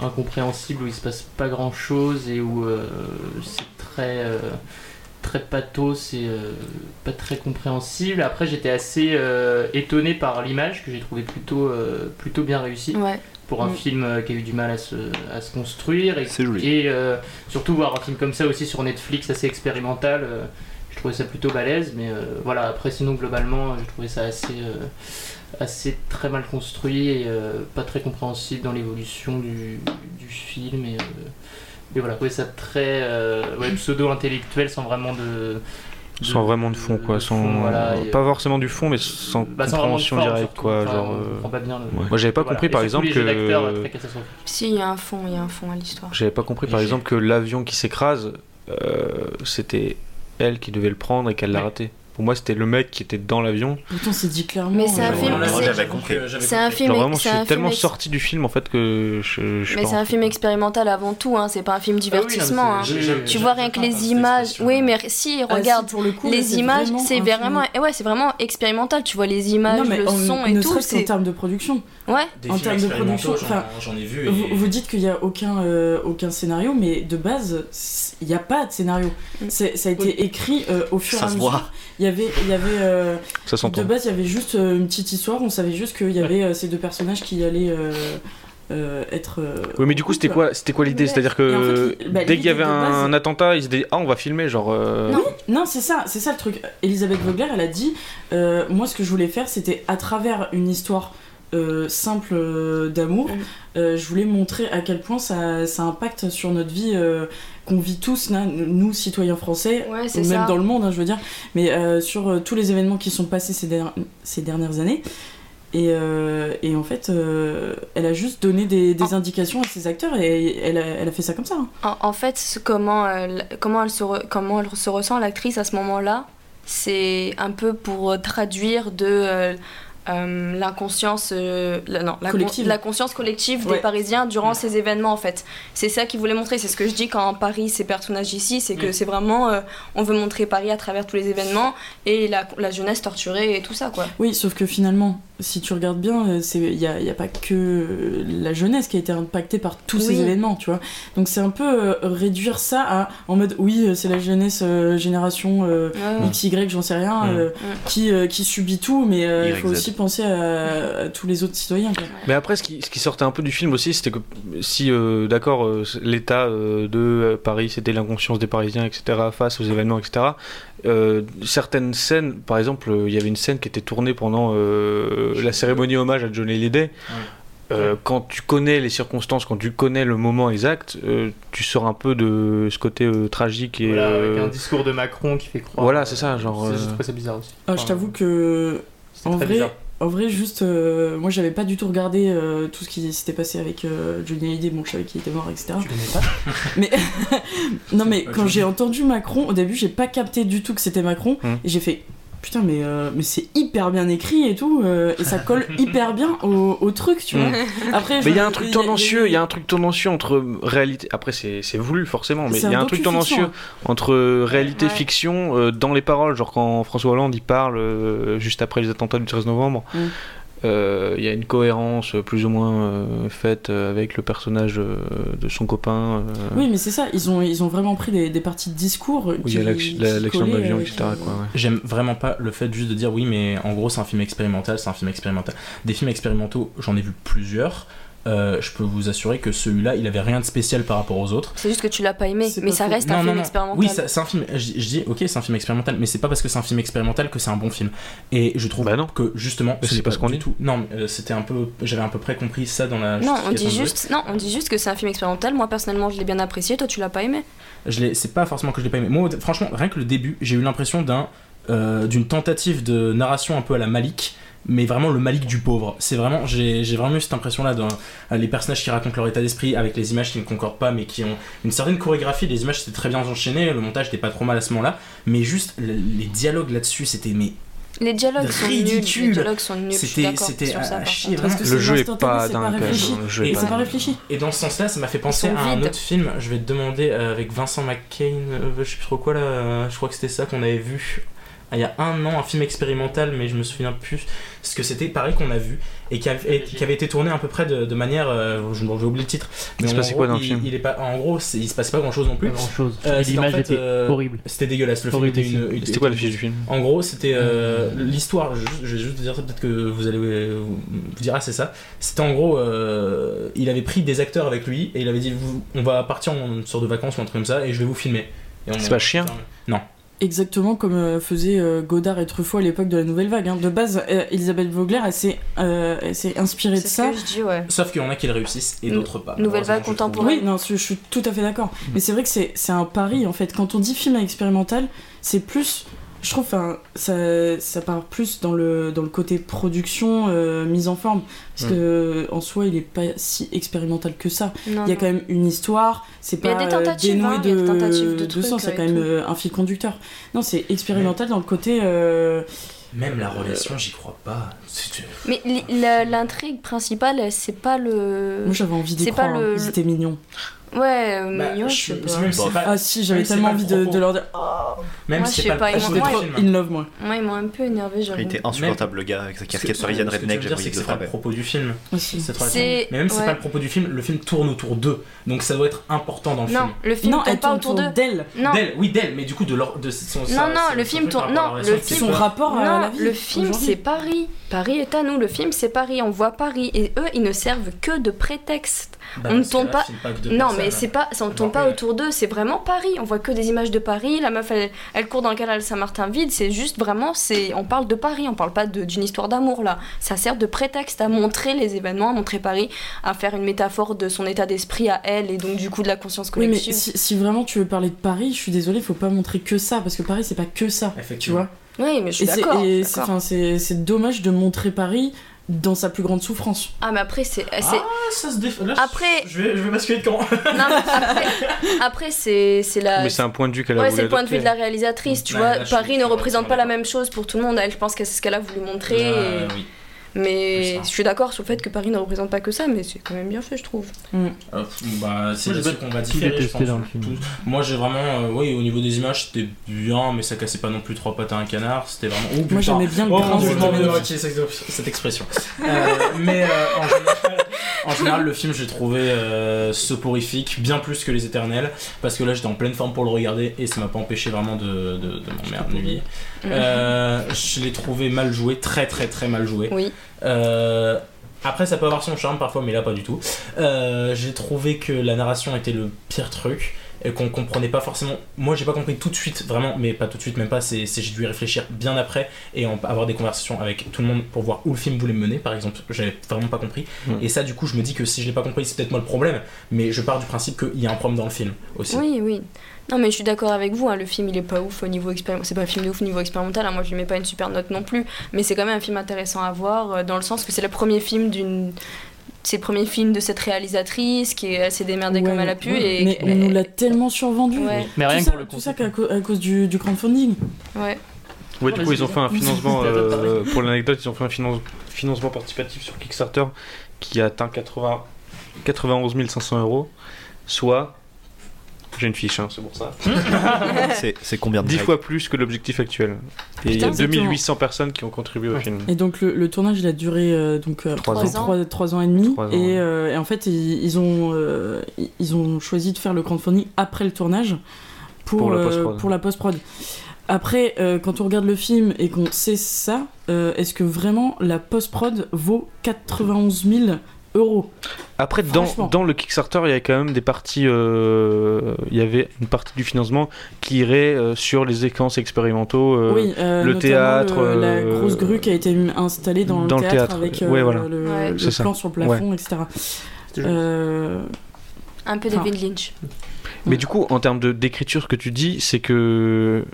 incompréhensible où il se passe pas grand chose et où euh, c'est très. euh, très pathos et euh, pas très compréhensible. Après, j'étais assez euh, étonné par l'image que j'ai trouvé plutôt, euh, plutôt bien réussie Ouais. pour un Mm. film euh, qui a eu du mal à se, à se construire. Et, C'est joli. et, euh, surtout voir un film comme ça aussi sur Netflix, assez expérimental. euh, je trouvais ça plutôt balèze, mais euh, voilà. Après, sinon, globalement, euh, j'ai trouvé ça assez, euh, assez très mal construit et euh, pas très compréhensible dans l'évolution du, du film. Et, euh, et voilà, j'ai trouvé ça très euh, ouais, pseudo-intellectuel sans vraiment de. de- sans vraiment de fond quoi sans voilà, et, euh, pas forcément du fond mais sans bah, sans vraiment de compréhension forme, directe surtout. quoi Enfin, genre on euh, comprend pas bien le- ouais. moi j'avais pas Voilà. compris Et par surtout exemple les jeux d'acteurs, euh, que très catastrophiques. Si, il y a un fond, il y a un fond à l'histoire. j'avais pas compris par exemple que l'avion qui s'écrase euh, c'était elle qui devait le prendre et qu'elle l'a raté pour moi c'était le mec qui était dans l'avion Pourtant, c'est dit clairement. Mais c'est un euh, film. Moi, c'est- j'avais compris. C'est un film. Genre vraiment, je c'est un suis tellement film ex- sorti du film en fait que je, je suis Mais pas c'est un rentré. Ah film expérimental avant tout, hein, c'est pas un film divertissement. c'est- hein. j'ai- j'ai- Tu vois rien que les images. Oui, mais si, regarde, si, pour le Ah, coup, là, les c'est images, vraiment c'est un vraiment, eh ouais, c'est vraiment expérimental. Tu vois les images, non, mais le en- son ne et tout. serait-ce qu'en C'est termes de production. ouais. Des en films termes de expérimentaux, production, j'en- enfin, j'en ai vu. Et... Vous, vous dites qu'il n'y a aucun, euh, aucun scénario, mais de base, c'est- il n'y a pas de scénario. Mm. C'est- Ça a été écrit euh, au fur et Ça à se voit. mesure. Il y avait. Il y avait euh, Ça s'entend. de base, il y avait juste euh, une petite histoire, on savait juste qu'il y avait euh, ces deux personnages qui allaient euh, euh, être. euh, Oui, mais du coup, c'était quoi, c'était quoi l'idée C'est-à-dire que Et en fait, bah, dès qu'il y l'idée avait de un, base- attentat, ils se disaient Ah, on va filmer, genre. euh, Non, non, c'est ça, c'est ça le truc. Elisabeth Vogler, elle a dit, euh, moi ce que je voulais faire, c'était à travers une histoire euh, simple euh, d'amour, euh, je voulais montrer à quel point ça, ça impacte sur notre vie euh, qu'on vit tous, na- nous citoyens français, Ouais, ou c'est même ça. dans le monde, hein, je veux dire, mais euh, sur euh, tous les événements qui sont passés ces, derni- ces dernières années. Et, euh, et en fait, euh, elle a juste donné des, Ah. des indications à ses acteurs et elle a, elle a fait ça comme ça. hein. En, en fait, ce- comment elle, comment elle se re- comment elle se ressent l'actrice à ce moment-là, c'est un peu pour traduire de euh, euh, l'inconscience, euh, la, non, la, con- Collective. la conscience collective des Ouais. Parisiens durant ces événements en fait. C'est ça qu'ils voulaient montrer. C'est ce que je dis quand Paris, ces personnages ici, c'est que Mm. c'est vraiment, euh, on veut montrer Paris à travers tous les événements et la, la jeunesse torturée et tout ça quoi. Oui, sauf que finalement, si tu regardes bien, euh, il n'y a, y a pas que euh, la jeunesse qui a été impactée par tous Oui. ces événements, tu vois. Donc c'est un peu euh, réduire ça à, en mode, oui, euh, c'est la jeunesse euh, génération euh, Ouais. X, Y, j'en sais rien, Mm. euh, Qui, euh, qui subit tout, mais euh, il Y, faut Z. aussi penser à, à tous les autres citoyens. quoi. Mais après, ce qui, ce qui sortait un peu du film aussi, c'était que si, euh, d'accord, euh, c- l'état euh, de euh, Paris, c'était l'inconscience des Parisiens, etc., face aux événements, etc., euh, certaines scènes, par exemple, euh, il y avait une scène qui était tournée pendant euh, la cérémonie hommage à Johnny Hallyday. Euh, quand tu connais les circonstances, quand tu connais le moment exact, euh, tu sors un peu de ce côté euh, tragique et Voilà, avec euh, un discours de Macron qui fait croire. voilà, c'est ça, genre. C'est- J'ai euh, trouvé ça bizarre aussi. Ah, je t'avoue que en très vrai, bizarre. en vrai, juste, euh, moi, j'avais pas du tout regardé euh, tout ce qui s'était passé avec euh, Johnny Hallyday. Bon, je savais qu'il était mort, etc. mais non, mais quand j'ai entendu Macron, au début, j'ai pas capté du tout que c'était Macron, Hmm. et j'ai fait. Putain, mais, euh, mais c'est hyper bien écrit et tout, euh, et ça colle hyper bien au, au truc, tu vois. Mm. Après, je- mais il y a un truc y a- tendancieux, il y a un truc tendancieux entre réalité. Après, c'est c'est voulu forcément, mais C'est il y a un un truc docu-fiction, tendancieux entre euh, réalité Ouais. fiction euh, dans les paroles. Genre quand François Hollande il parle euh, juste après les attentats du 13 novembre, Mm. euh, il y a une cohérence euh, plus ou moins euh, faite euh, avec le personnage euh, de son copain. euh, Oui, mais c'est ça, ils ont, ils ont vraiment pris des, des parties de discours. où il y a l'ac- qui- la- qui l'action de collaient euh, l'avion, avec- etc. quoi, ouais. J'aime vraiment pas le fait juste de dire oui, mais en gros, c'est un film expérimental, c'est un film expérimental. Des films expérimentaux, j'en ai vu plusieurs. Euh, je peux vous assurer que celui-là, il avait rien de spécial par rapport aux autres. C'est juste que tu l'as pas aimé, mais ça reste Non, un non, film non. expérimental. Oui, ça- c'est un film. Je, je dis, ok, c'est un film expérimental, mais c'est pas parce que c'est un film expérimental que c'est un bon film. Et je Bah trouve que justement, Mais c'est n'est pas ce qu'on du dit. tout. Non, mais, euh, c'était un peu. J'avais à peu près compris ça dans la. Non, on justification dit de Bruce. juste, non, on dit juste que c'est un film expérimental. Moi personnellement, je l'ai bien apprécié. Toi, tu l'as pas aimé. Je l'ai- c'est pas forcément que je l'ai pas aimé. Moi, franchement, rien que le début, j'ai eu l'impression d'un euh, d'une tentative de narration un peu à la Malik mais vraiment le Malik du pauvre. C'est vraiment, j'ai j'ai vraiment eu cette impression-là dans euh, les personnages qui racontent leur état d'esprit avec les images qui ne concordent pas, mais qui ont une certaine chorégraphie. Les images c'était très bien enchaîné, le montage était pas trop mal à ce moment-là, mais juste le- les dialogues là-dessus, c'était mais Les dialogues sont nuls. Les Ridicule. dialogues sont nuls. je suis C'était- d'accord c'était sur à- ça, à par chier, contre. vraiment. Le jeu est pas c'est pas dingue. réfléchi. hein, le jeu est Et- pas C'est dingue. pas réfléchi. Et dans ce sens-là, ça m'a fait penser sont à un vides. autre film. Je vais te demander euh, avec Vincent McCain, euh, je sais plus trop quoi là. euh, Je crois que c'était ça qu'on avait vu ah, il y a un an, un film expérimental, mais je me souviens plus ce que c'était. Pareil qu'on a vu et qui, avait- et qui avait été hein. tourné à peu près de, de manière. euh, je m'en vais oublier le titre. Il se en passait gros, quoi dans le il- film il est pas, En gros, c'est- il se passait pas grand-chose non plus. Pas grand-chose. Euh, c'était en L'image fait, était euh, horrible. C'était dégueulasse. Le film Horrible était une. aussi. une- C'était quoi le fiche du film en gros, c'était euh, l'histoire. Je, je vais juste vous dire ça, peut-être que vous allez vous, vous dire, ah, c'est ça. C'était en gros, euh, il avait pris des acteurs avec lui et il avait dit, vous- on va partir en une sorte de vacances ou un truc comme ça et je vais vous filmer. Et on- C'est pas chien Non. Exactement comme euh, faisaient euh, Godard et Truffaut à l'époque de la Nouvelle Vague. hein. De base, euh, Elisabeth Vogler, elle s'est euh, elle s'est inspirée de C'est ce ça. que je dis, ouais. Sauf qu'il y en a qui le réussissent et Nou- d'autres pas. nouvelle Malheureusement, vague je trouve. contemporaine. Oui, non, je je suis tout à fait d'accord. Mm. Mais c'est vrai que c'est c'est un pari en fait. Quand on dit film expérimental, c'est plus. Je trouve enfin, ça, ça part plus dans le, dans le côté production, euh, mise en forme. Parce Mm. que en soi, il est pas si expérimental que ça. Non, il y a non. quand même une histoire, c'est Mm. Il y pas euh, a des tentatives, dénoué hein, de, il y a des tentatives de de trucs, sens, il y a euh, quand et même tout. euh, un fil conducteur. Non, c'est expérimental dans le côté. euh, Même la relation, j'y crois pas. C'est- Mais li- la- l'intrigue principale, c'est pas le. Moi j'avais envie d'y C'est pas croire, hein. le- ils étaient mignons. Ouais, euh, Bah, mignon, je je sais suis- pas. même si c'est pas- Ah si, j'avais même si c'est tellement pas le envie de, propos. de leur dire. Ah, Même Moi, si je c'est sais pas, pas, le ils propos m'ont- du moi, film. In love, moi. Moi, ils m'ont un peu énervé, Il j'avoue. était insupportable, le gars, avec sa Ce- casquette ce- parisienne ce que tu redneck, veux j'ai dire, c'est envie que de c'est pas le frapper. propos du film. Aussi. cette relation. C'est- Mais même si c'est ouais. pas le propos du film, le film tourne autour d'eux. Donc ça doit être important dans le Non, film. le film non, tourne elle pas tourne autour d'eux. d'elle. Non, D'elle, oui, d'elle, mais du coup de, leur, de son. sa- non, sa- le son film truc par tourne- rapport à non, la le relation, c'est Son pas- rapport euh, à la non, vie. le film aujourd'hui. c'est Paris. Paris est à nous, le film c'est Paris, on voit Paris et eux ils ne servent que de prétexte. Bah, on ne parce que tourne là, pas. c'est pas que deux non, personnes, mais là. c'est pas, ça, on ne Genre, tourne pas euh, autour d'eux, c'est vraiment Paris. On voit que des images de Paris, la meuf elle, elle court dans le canal Saint-Martin vide, c'est juste vraiment, c'est, on parle de Paris, on parle pas de- d'une histoire d'amour là. Ça sert de prétexte à montrer les événements, à montrer Paris, à faire une métaphore de son état d'esprit à elle et donc du coup de la conscience Oui, mais collective. si, si vraiment tu veux parler de Paris, je suis désolée, faut pas montrer que ça, parce que Paris c'est pas que ça. Tu Effectivement. vois Oui, mais je suis Et c'est- d'accord. je et suis c'est- d'accord. enfin, c'est c'est dommage de montrer Paris dans sa plus grande souffrance. Ah, mais après, c'est. c'est- Ah, ça se défend. Là, Après- Je vais, je vais basculer de camp. Non, mais après, après, c'est c'est la. Mais c'est un point de vue qu'elle a Ouais, voulu c'est le point de adopter. vue de la réalisatrice, tu Bah, Ouais, vois. là, je suis- je Paris suis ne représente pas la d'accord. même chose pour tout le monde. Elle, je pense que c'est ce qu'elle a voulu montrer. Ah, Euh, et- oui. Mais c'est ça. je suis d'accord sur le fait que Paris ne représente pas que ça, mais c'est quand même bien fait, je trouve. Hop, bah, c'est Moi, j'ai là-dessus pas qu'on va tout différer, je détesté pense. dans le film. Tout- Moi, j'ai vraiment. euh, oui, au niveau des images, c'était bien, mais ça cassait pas non plus trois pattes à un canard. C'était vraiment. Oh, putain. j'aimais bien le Oh, prince mon Dieu, de je m'en vais, Dominique. ok, cette- cette expression. Euh, mais euh, en, général, en général, le film, j'ai trouvé euh, soporifique, bien plus que Les Éternels, parce que là, j'étais en pleine forme pour le regarder et ça m'a pas empêché vraiment de, de, de m'emmerder. Euh, je l'ai trouvé mal joué, très très très mal joué. Oui. Euh, après, ça peut avoir son charme parfois, mais là, pas du tout. Euh, j'ai trouvé que la narration était le pire truc et qu'on comprenait pas forcément. Moi, j'ai pas compris tout de suite, vraiment, mais pas tout de suite, même pas. C'est, c'est- j'ai dû y réfléchir bien après et en- avoir des conversations avec tout le monde pour voir où le film voulait me mener, par exemple. J'avais vraiment pas compris. Mm. Et ça, du coup, je me dis que si je l'ai pas compris, c'est peut-être moi le problème, mais je pars du principe qu'il y a un problème dans le film aussi. Oui, oui. Non, mais je suis d'accord avec vous, hein, le film il est pas ouf au niveau expérimental. C'est pas un film de ouf au niveau expérimental, hein, moi je lui mets pas une super note non plus, mais c'est quand même un film intéressant à voir euh, dans le sens que c'est le premier film d'une. C'est le premier film de cette réalisatrice qui est assez démerdée Ouais, comme elle a pu. ouais, et... Mais on nous l'a tellement survendu. Ouais. Mais rien tout que ça, pour le Tout ça qu'à cau- à cause du, du crowdfunding. ouais. Ouais, du coup, ils ont fait un Vas-y, financement, vas-y. euh, pour l'anecdote, ils ont fait un finance- financement participatif sur Kickstarter qui a atteint 80 91 500 euros, soit. J'ai une fiche, hein, c'est pour ça. C'est- C'est combien de 10 likes fois plus que l'objectif actuel. Et il y a Putain, 2800 personnes qui ont contribué au Ouais. film. Et donc le, le tournage il a duré euh, donc euh, Mm. Trois trois- ans. trois- trois ans et demi Trois ans, et, ouais. euh, et en fait ils, ils ont euh, ils ont choisi de faire le crowdfunding après le tournage pour Pour la euh, post-prod. pour la post prod. Après euh, quand on regarde le film et qu'on sait ça, euh, est-ce que vraiment la post prod vaut 91 000 euros Après, dans, Ah, Franchement. dans le Kickstarter, il y a quand même des parties. euh, Il y avait une partie du financement qui irait euh, sur les séquences expérimentaux. euh, Oui, euh, le notamment théâtre, le- la euh, grosse grue qui a été installée dans, dans le le théâtre, théâtre. avec Ouais, euh, voilà. le, Ouais. le C'est ça. plan sur le plafond, etc. Euh, Un peu Enfin, David Lynch. Mais du coup, en termes de- d'écriture, ce que tu dis, c'est Mm. que.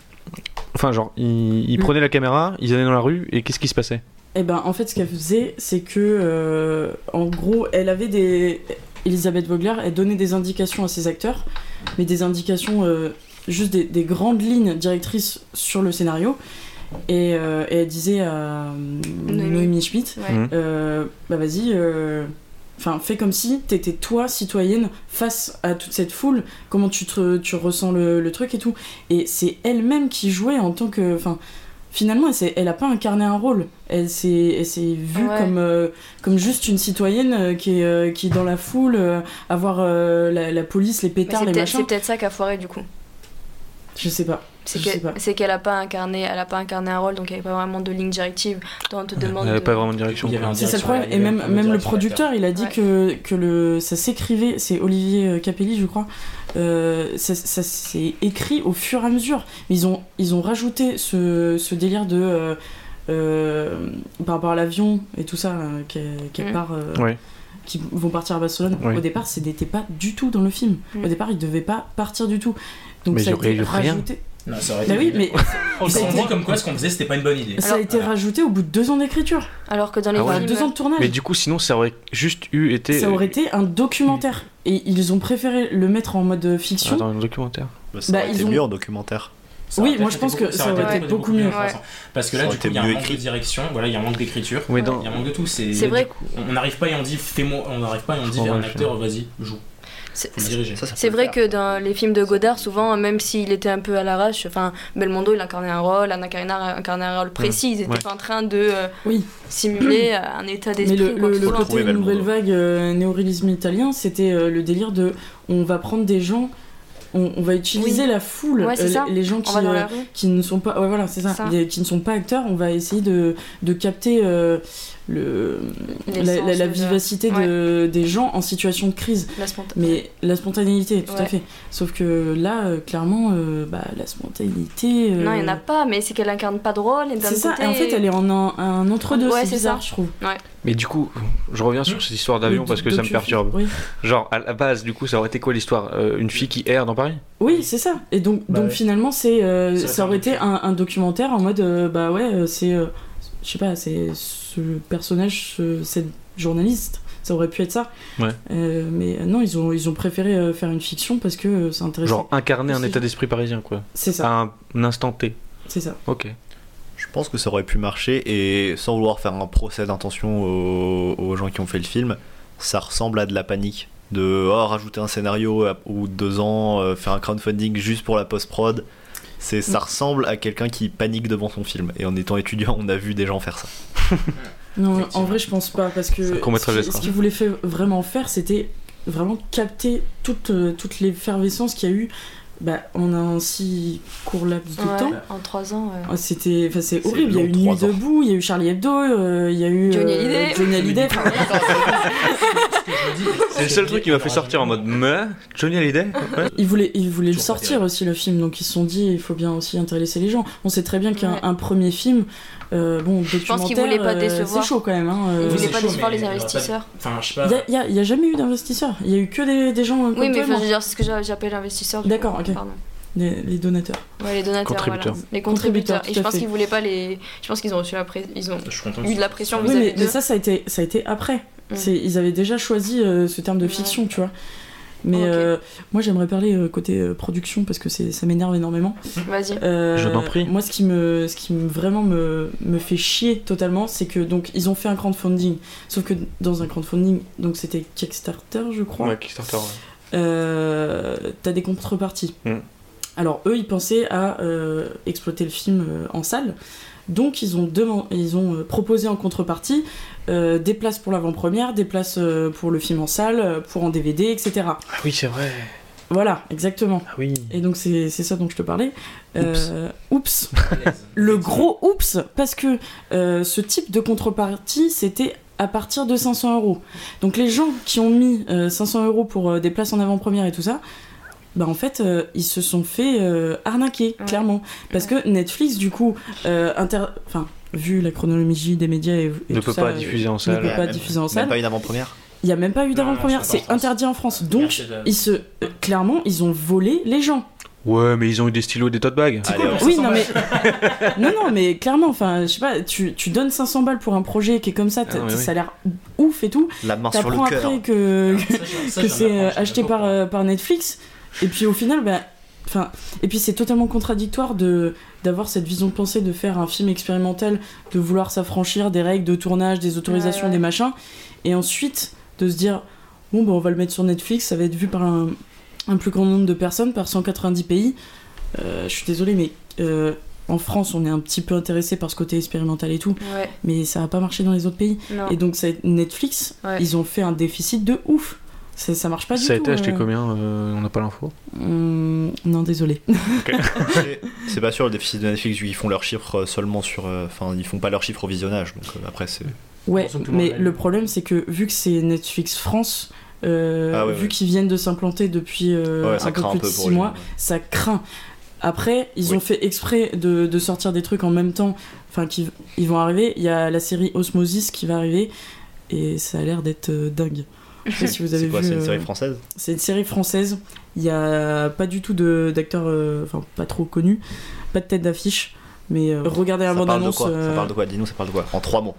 Enfin, genre, ils, ils prenaient la caméra, ils allaient dans la rue, et qu'est-ce qui se passait Eh ben, en fait, ce qu'elle faisait, c'est que, euh, en gros, elle avait des. Elisabeth Vogler, elle donnait des indications à ses acteurs, mais des indications, euh, juste des, des grandes lignes directrices sur le scénario. Et, euh, et elle disait à euh, Noémie, Noémie. Schmidt Ouais. euh, Bah, vas-y. euh, Enfin, fais comme si t'étais toi, citoyenne, face à toute cette foule, comment tu, te, tu ressens le, le truc et tout. Et c'est elle-même qui jouait en tant que. Enfin, finalement, elle, s'est- elle a pas incarné un rôle. Elle s'est elle s'est vue Ouais. comme, euh, comme juste une citoyenne euh, qui est, euh, qui est dans la foule, euh, à voir euh, la, la police, les Mais pétards, c'est les peut-être- machins. c'est peut-être ça qui a foiré du coup. Je sais pas. C'est Je que- sais pas. c'est qu'elle a pas incarné, elle a pas incarné un rôle, donc il n'y avait pas vraiment de ligne directive. Toi, on te demande. Elle avait de- pas vraiment de direction. Il y avait un euh, C'est ça le directeur, problème. il y Et avait même, un même le directeur. producteur, il a dit que, que le, ça s'écrivait, c'est Olivier euh, Capelli, je crois, euh, ça, ça s'est écrit au fur et à mesure. Mais ils ont, ils ont rajouté ce, ce délire de. euh, euh, par rapport à l'avion et tout ça, euh, qui, qui Mm. part, euh, Ouais. qui vont partir à Barcelone. Ouais. Au départ, ce n'était pas du tout dans le film. Mm. Au départ, ils ne devaient pas partir du tout. Donc Mais ça a j'aurais été eu rien. rajouté. Non, ça aurait Bah été oui, bien. mais On ça a s'en été, voit comme quoi ce qu'on faisait c'était pas une bonne idée. ça a été rajouté au bout de deux ans d'écriture. Alors que dans les Ah ouais. films. Deux ans de tournage. Mais du coup, sinon, ça aurait juste eu été. Ça aurait été un documentaire. Et ils ont préféré le mettre en mode euh, fiction. Attends, un documentaire. Bah, ça Bah, aurait ils été ont- mieux en documentaire. Ça Oui, aurait moi, peut-être je pense été que ça aurait peut-être été beaucoup mieux. intéressant. Parce que là, du Ça coup, aurait été il y a un mieux manque de écrit. direction, voilà, il y a un manque d'écriture, Oui, il dans- y a un manque de tout. C'est là, vrai du coup, On n'arrive pas et on dit fais-moi, on n'arrive pas et on dit Oh, à un ouais, acteur vas-y joue, C'est- faut le diriger. C'est vrai que dans les films de Godard, souvent, même s'il était un peu à l'arrache, enfin, Belmondo, il incarnait un rôle, Anna Karina incarnait un rôle précis, ils étaient Ouais. en train de euh, Oui. simuler euh, un état Mais d'esprit. le, ou quoi le- que ce le soit. côté nouvelle vague euh, néoréalisme italien, c'était euh, le délire de on va prendre des gens, on, on va utiliser Oui. la foule, Ouais, c'est euh, ça. les, les gens On qui, va dans la euh, rue. qui ne sont pas, ouais, voilà, c'est ça, Ça. les- qui ne sont pas acteurs, on va essayer de, de capter euh, le, la, L'essence la- la de- vivacité de- des gens en situation de crise. La spontan- Mais la spontanéité, tout à Ouais. fait. Sauf que là, euh, clairement, euh, bah, la spontanéité. Non, il n'y euh, en a pas, mais c'est qu'elle incarne pas de rôle. et d'un C'est ça, côté- et en fait, elle est en un, un entre-deux, Ouais, c'est c'est bizarre, ça. je trouve. Ouais. Mais du coup, je reviens sur cette histoire d'avion Le parce que ça me docu- perturbe. Oui, Genre, à la base, du coup, ça aurait été quoi l'histoire Euh, Une fille qui erre dans Paris Oui, c'est ça. Et donc, Bah donc ouais. finalement, c'est, euh, Ça aurait ça aurait été été un, un documentaire en mode, euh, bah ouais, euh, c'est, euh, je sais pas, c'est ce personnage, ce- cette journaliste. Ça aurait pu être ça. Ouais. Euh, mais euh, non, ils ont, ils ont préféré euh, faire une fiction parce que euh, c'est intéressant. Genre, incarner un C'est- état d'esprit parisien, quoi. C'est ça. À un, un instant T. C'est ça. Ok. Je pense que ça aurait pu marcher et sans vouloir faire un procès d'intention aux, aux gens qui ont fait le film, ça ressemble à de la panique. De oh, rajouter un scénario à- ou deux ans, euh, faire un crowdfunding juste pour la post-prod. C'est, Mm. ça ressemble à quelqu'un qui panique devant son film. Et en étant étudiant, on a vu des gens faire ça. Non, en vrai, je pense pas parce que C'est un court-métrage ce qui- extra. ce qu'ils voulaient fait- vraiment faire, c'était vraiment capter toute, euh, toute l'effervescence qu'il y a eu bah, en un si court laps de Ouais, temps. En trois ans. euh, ouais. Ah, C'était, enfin, c'est C'est horrible. Il y a long, eu Nuit trois ans. debout, il y a eu Charlie Hebdo, euh, il y a eu euh, Johnny Hallyday. Johnny Hallyday, enfin, voilà. C'est le seul truc qui m'a fait sortir en mode me Johnny Hallyday ouais. Ils voulaient, ils voulaient le sortir aussi le film, donc ils se sont dit il faut bien aussi intéresser les gens. On sait très bien qu'un Ouais. un premier film, euh, bon, documentaire, pense qu'ils voulaient pas euh, décevoir. c'est chaud quand même. hein, euh, Ils Ouais, voulaient c'est pas chaud, décevoir mais les il y aura pas de- investisseurs. Enfin, je sais Il y pas. a, il y a- il y a jamais eu d'investisseurs. Il y a eu que des, des gens. euh, Oui, comme mais toi et enfin, moi. je veux dire, c'est ce que j'a- j'appelle investisseurs. du D'accord, coup, ok. pardon. les, les donateurs. Ouais, les donateurs, Contributeurs. voilà. Les contributeurs. Contributeurs, Et tout je à pense fait. qu'ils voulaient pas les. Je pense qu'ils ont reçu la pré- Ils ont Je suis content eu de la que- pression Ah Oui, vis-à-vis mais, mais d'eux. ça, ça a été, ça a été après. Mm. C'est- Ils avaient déjà choisi euh, ce terme de fiction, tu vois. Mais Ok. euh, moi, j'aimerais parler euh, côté euh, production parce que c'est- ça m'énerve énormément. Vas-y. Euh, Je t'en prie. Moi, ce qui me, ce qui me- vraiment me, me fait chier totalement, c'est que donc ils ont fait un crowdfunding. Sauf que dans un crowdfunding, donc c'était Kickstarter, je crois. Ouais, Kickstarter, ouais. Euh, T'as des contreparties. Mm. Alors eux, ils pensaient à euh, exploiter le film euh, en salle. Donc ils ont, deman- ils ont euh, proposé en contrepartie euh, des places pour l'avant-première, des places euh, pour le film en salle, euh, pour en DVD, etc. Ah oui, c'est vrai. Voilà, exactement. Ah oui. Et donc c'est c'est ça dont je te parlais. Oups. Euh, oups. Le gros oups, parce que euh, ce type de contrepartie, c'était à partir de 500 euros. Donc les gens qui ont mis euh, 500 euros pour euh, des places en avant-première et tout ça, bah en fait, euh, ils se sont fait euh, arnaquer, clairement. Parce que Netflix, du coup, euh, inter... enfin, vu la chronologie des médias et, et Ne tout peut ça, pas euh, diffuser en Ne salle. peut Ouais, pas même- diffuser en même salle. pas une avant-première. Il n'y a même pas eu Non, non, d'avant-première, c'est pas en c'est France. interdit en France. Donc, Merci de- ils se, euh, clairement, ils ont volé les gens. Ouais, mais ils ont eu des stylos, des tote bags. C'est cool. oui, non mais... non, non, mais clairement, enfin, je sais pas, tu, tu donnes 500 balles pour un projet qui est comme ça, t'as- Ah, oui, Ah. ça a l'air ouf et tout. La main sur le T'apprends cœur. après que, que, ça, que j'en c'est apprends, euh, je sais acheté pas par, euh, par Netflix. Et puis au final, bah, enfin, et puis c'est totalement contradictoire de d'avoir cette vision de pensée de faire un film expérimental, de vouloir s'affranchir des règles de tournage, des autorisations, Ouais, ouais. des machins, et ensuite de se dire bon bah on va le mettre sur Netflix, ça va être vu par un, un plus grand nombre de personnes, par 190 pays. Euh, je suis désolée, mais euh, en France, on est un petit peu intéressé par ce côté expérimental et tout, Ouais. mais ça n'a pas marché dans les autres pays. Non. Et donc ça- Netflix, Ah. Ouais. ils ont fait un déficit de ouf. Ça, ça marche pas du tout. Ça a été acheté euh. combien Euh, On n'a pas l'info. Hum, non, désolé. C'est- C'est pas sûr le déficit de Netflix, ils font leurs chiffres seulement sur. euh, Enfin, ils font pas leurs chiffres au visionnage, donc euh, après c'est. ouais, Surtout mais Marvel. le problème c'est que vu que c'est Netflix France, euh, Ah ouais, vu ouais. qu'ils viennent de s'implanter depuis euh, Ouais, ça un peu craint un plus de peu pour 6 eux, mois, ouais. ça craint. Après, ils ont fait exprès de, de sortir des trucs en même temps, enfin qui ils vont arriver. Il y a la série Osmosis qui va arriver et ça a l'air d'être euh, dingue. Je sais pas si vous avez C'est quoi, vu, c'est une euh, série française C'est une série française. Il n'y a pas du tout de- d'acteurs, euh, enfin pas trop connus, pas de tête d'affiche. Mais euh, regardez la Ça parle de bande-annonce, quoi Ça euh, parle de quoi Dis-nous, ça parle de quoi En trois mots.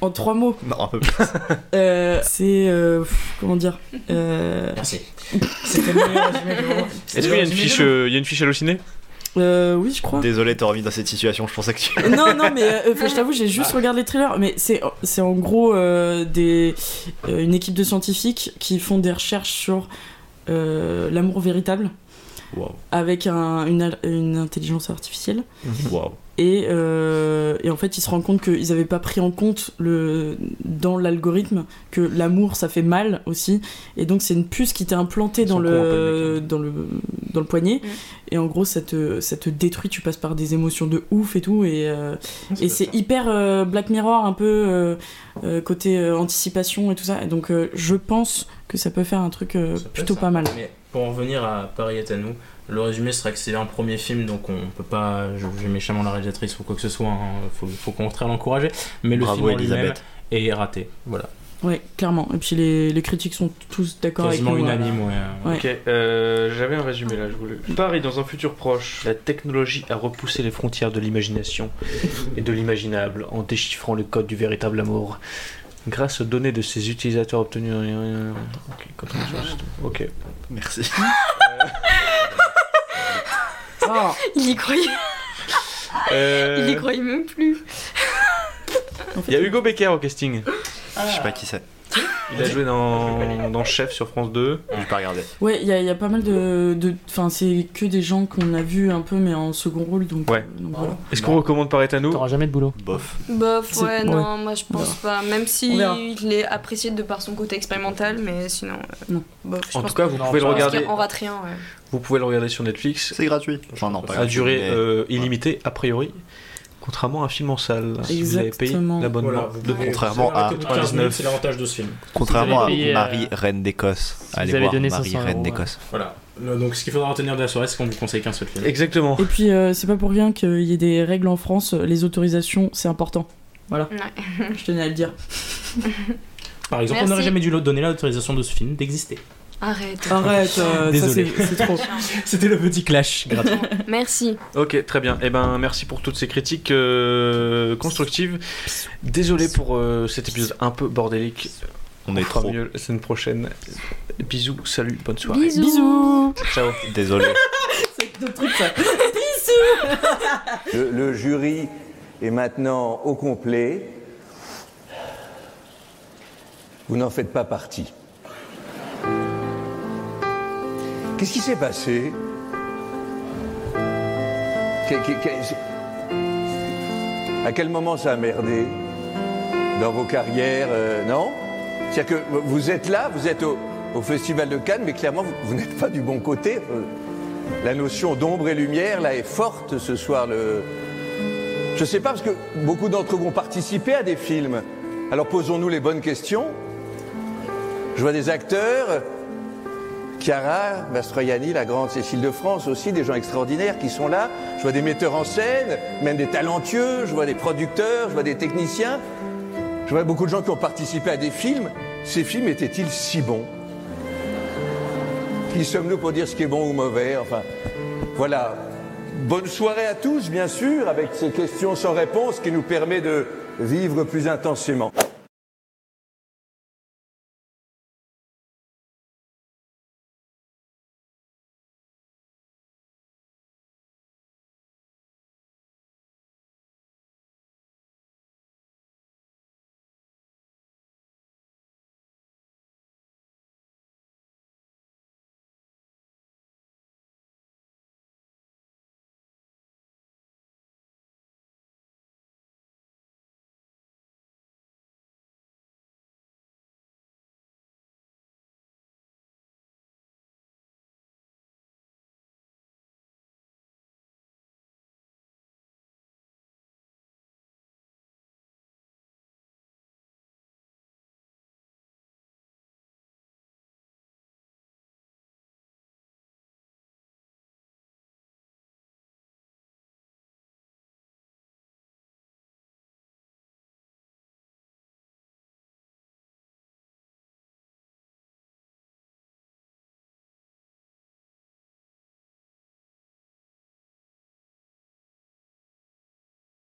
en trois mots. Non, un peu plus. Euh, c'est euh, pff, comment dire euh... Merci. Est-ce qu'il y a une fiche, euh, il y a une fiche hallucinée Euh, oui, je crois. Désolé, t'as envie dans cette situation, je pensais que tu. non, non, mais euh, enfin, je t'avoue, j'ai juste regardé les trailers. Mais c'est c'est en gros euh, des, euh, une équipe de scientifiques qui font des recherches sur euh, l'amour véritable Waouh. avec un- une, al- une intelligence artificielle. Waouh. Et, euh, et en fait, ils se rendent compte qu'ils n'avaient pas pris en compte le, dans l'algorithme que l'amour, ça fait mal aussi. Et donc, c'est une puce qui t'est implantée dans le, hein. dans, le, dans le poignet. Et en gros, ça te, ça te détruit. Tu passes par des émotions de ouf et tout. Et, euh, et c'est hyper euh, Black Mirror, un peu euh, euh, côté euh, anticipation et tout ça. Et donc, euh, je pense que ça peut faire un truc euh, plutôt pas mal. Mais pour en revenir à Paris est à nous, le résumé serait que c'est un premier film, donc on peut pas juger méchamment la réalisatrice ou quoi que ce soit, hein, faut, faut qu'on contraire l'encourager, mais le Bravo, film en lui-même Elisabeth. est raté. Voilà. Ouais, clairement. Et puis, les, les critiques sont tous d'accord avec Quasiment nous. euh, unanime, ouais. Ouais. Ok, euh, j'avais un résumé là, je voulais. Paris, dans un futur proche, la technologie a repoussé les frontières de l'imagination et de l'imaginable en déchiffrant le code du véritable amour. Grâce aux données de ses utilisateurs obtenues. Ok, continue sur le site. Ok. Merci. Il y croyait. Euh, Il y croyait même plus. Il y a Hugo Becker au casting. Je sais pas qui c'est. Il a joué dans, dans Chef sur France 2. J'ai pas regardé. Ouais, il y, a- y a pas mal de. de- Enfin, c'est que des gens qu'on a vus un peu, mais en second rôle, donc. euh, Ouais. donc voilà. Est-ce qu'on recommande Paris à nous T'auras jamais de boulot. Bof. Bof, C'est- ouais, ouais. non, moi je pense pas. Même On si verra. il est apprécié de par son côté expérimental, mais sinon. euh, Non. Bof, je En pense tout cas, vous que- pouvez je le pense regarder. qu'il en rate rien, ouais. Vous pouvez le regarder sur Netflix. C'est gratuit. Enfin, non, pas à gratuit, durée mais- euh, illimitée, a priori. Contrairement à un film en salle, si vous avez payé Exactement. l'abonnement Voilà, vous de pouvez- Contrairement à- Toutes 15 minutes, C'est l'avantage de ce film. Contrairement Vous à avez payé, euh, Marie, reine d'Écosse. Allez vous avez voir donné Marie, 500 reine euros, d'Écosse. ouais. Voilà. Le- Euh, Donc ce qu'il faudra retenir de la soirée, c'est qu'on vous conseille qu'un seul film. Exactement. Et puis, euh, c'est pas pour rien qu'il y ait des règles en France, les autorisations, c'est important. Voilà. Je tenais à le dire. Par exemple, on n'aurait Merci. jamais dû donner l'autorisation de ce film d'exister. Arrête. Arrête, euh, ça Désolé. c'est c'est trop. C'était le petit clash gratuit. Merci. Ok, très bien. Eh ben, merci pour toutes ces critiques euh, constructives. Désolé pour euh, cet épisode un peu bordélique. On est fera trop. mieux la semaine prochaine. Bisous, salut, bonne soirée. Bisous. Ciao. Désolé. Le, le jury est maintenant au complet. Vous n'en faites pas partie. Qu'est-ce qui s'est passé Qu'est- qu'est- qu'est- À quel moment ça a merdé Dans vos carrières, euh, non C'est-à-dire que vous êtes là, vous êtes au, au Festival de Cannes, mais clairement, vous, vous n'êtes pas du bon côté. Euh, La notion d'ombre et lumière, là, est forte ce soir. Le... Je sais pas, parce que beaucoup d'entre vous ont participé à des films. Alors posons-nous les bonnes questions. Je vois des acteurs, Chiara Mastroianni, la grande Cécile de France aussi, des gens extraordinaires qui sont là. Je vois des metteurs en scène, même des talentueux, je vois des producteurs, je vois des techniciens. Je vois beaucoup de gens qui ont participé à des films. Ces films étaient-ils si bons Qui sommes-nous pour dire ce qui est bon ou mauvais Enfin, voilà. Bonne soirée à tous, bien sûr, avec ces questions sans réponse qui nous permet de vivre plus intensément.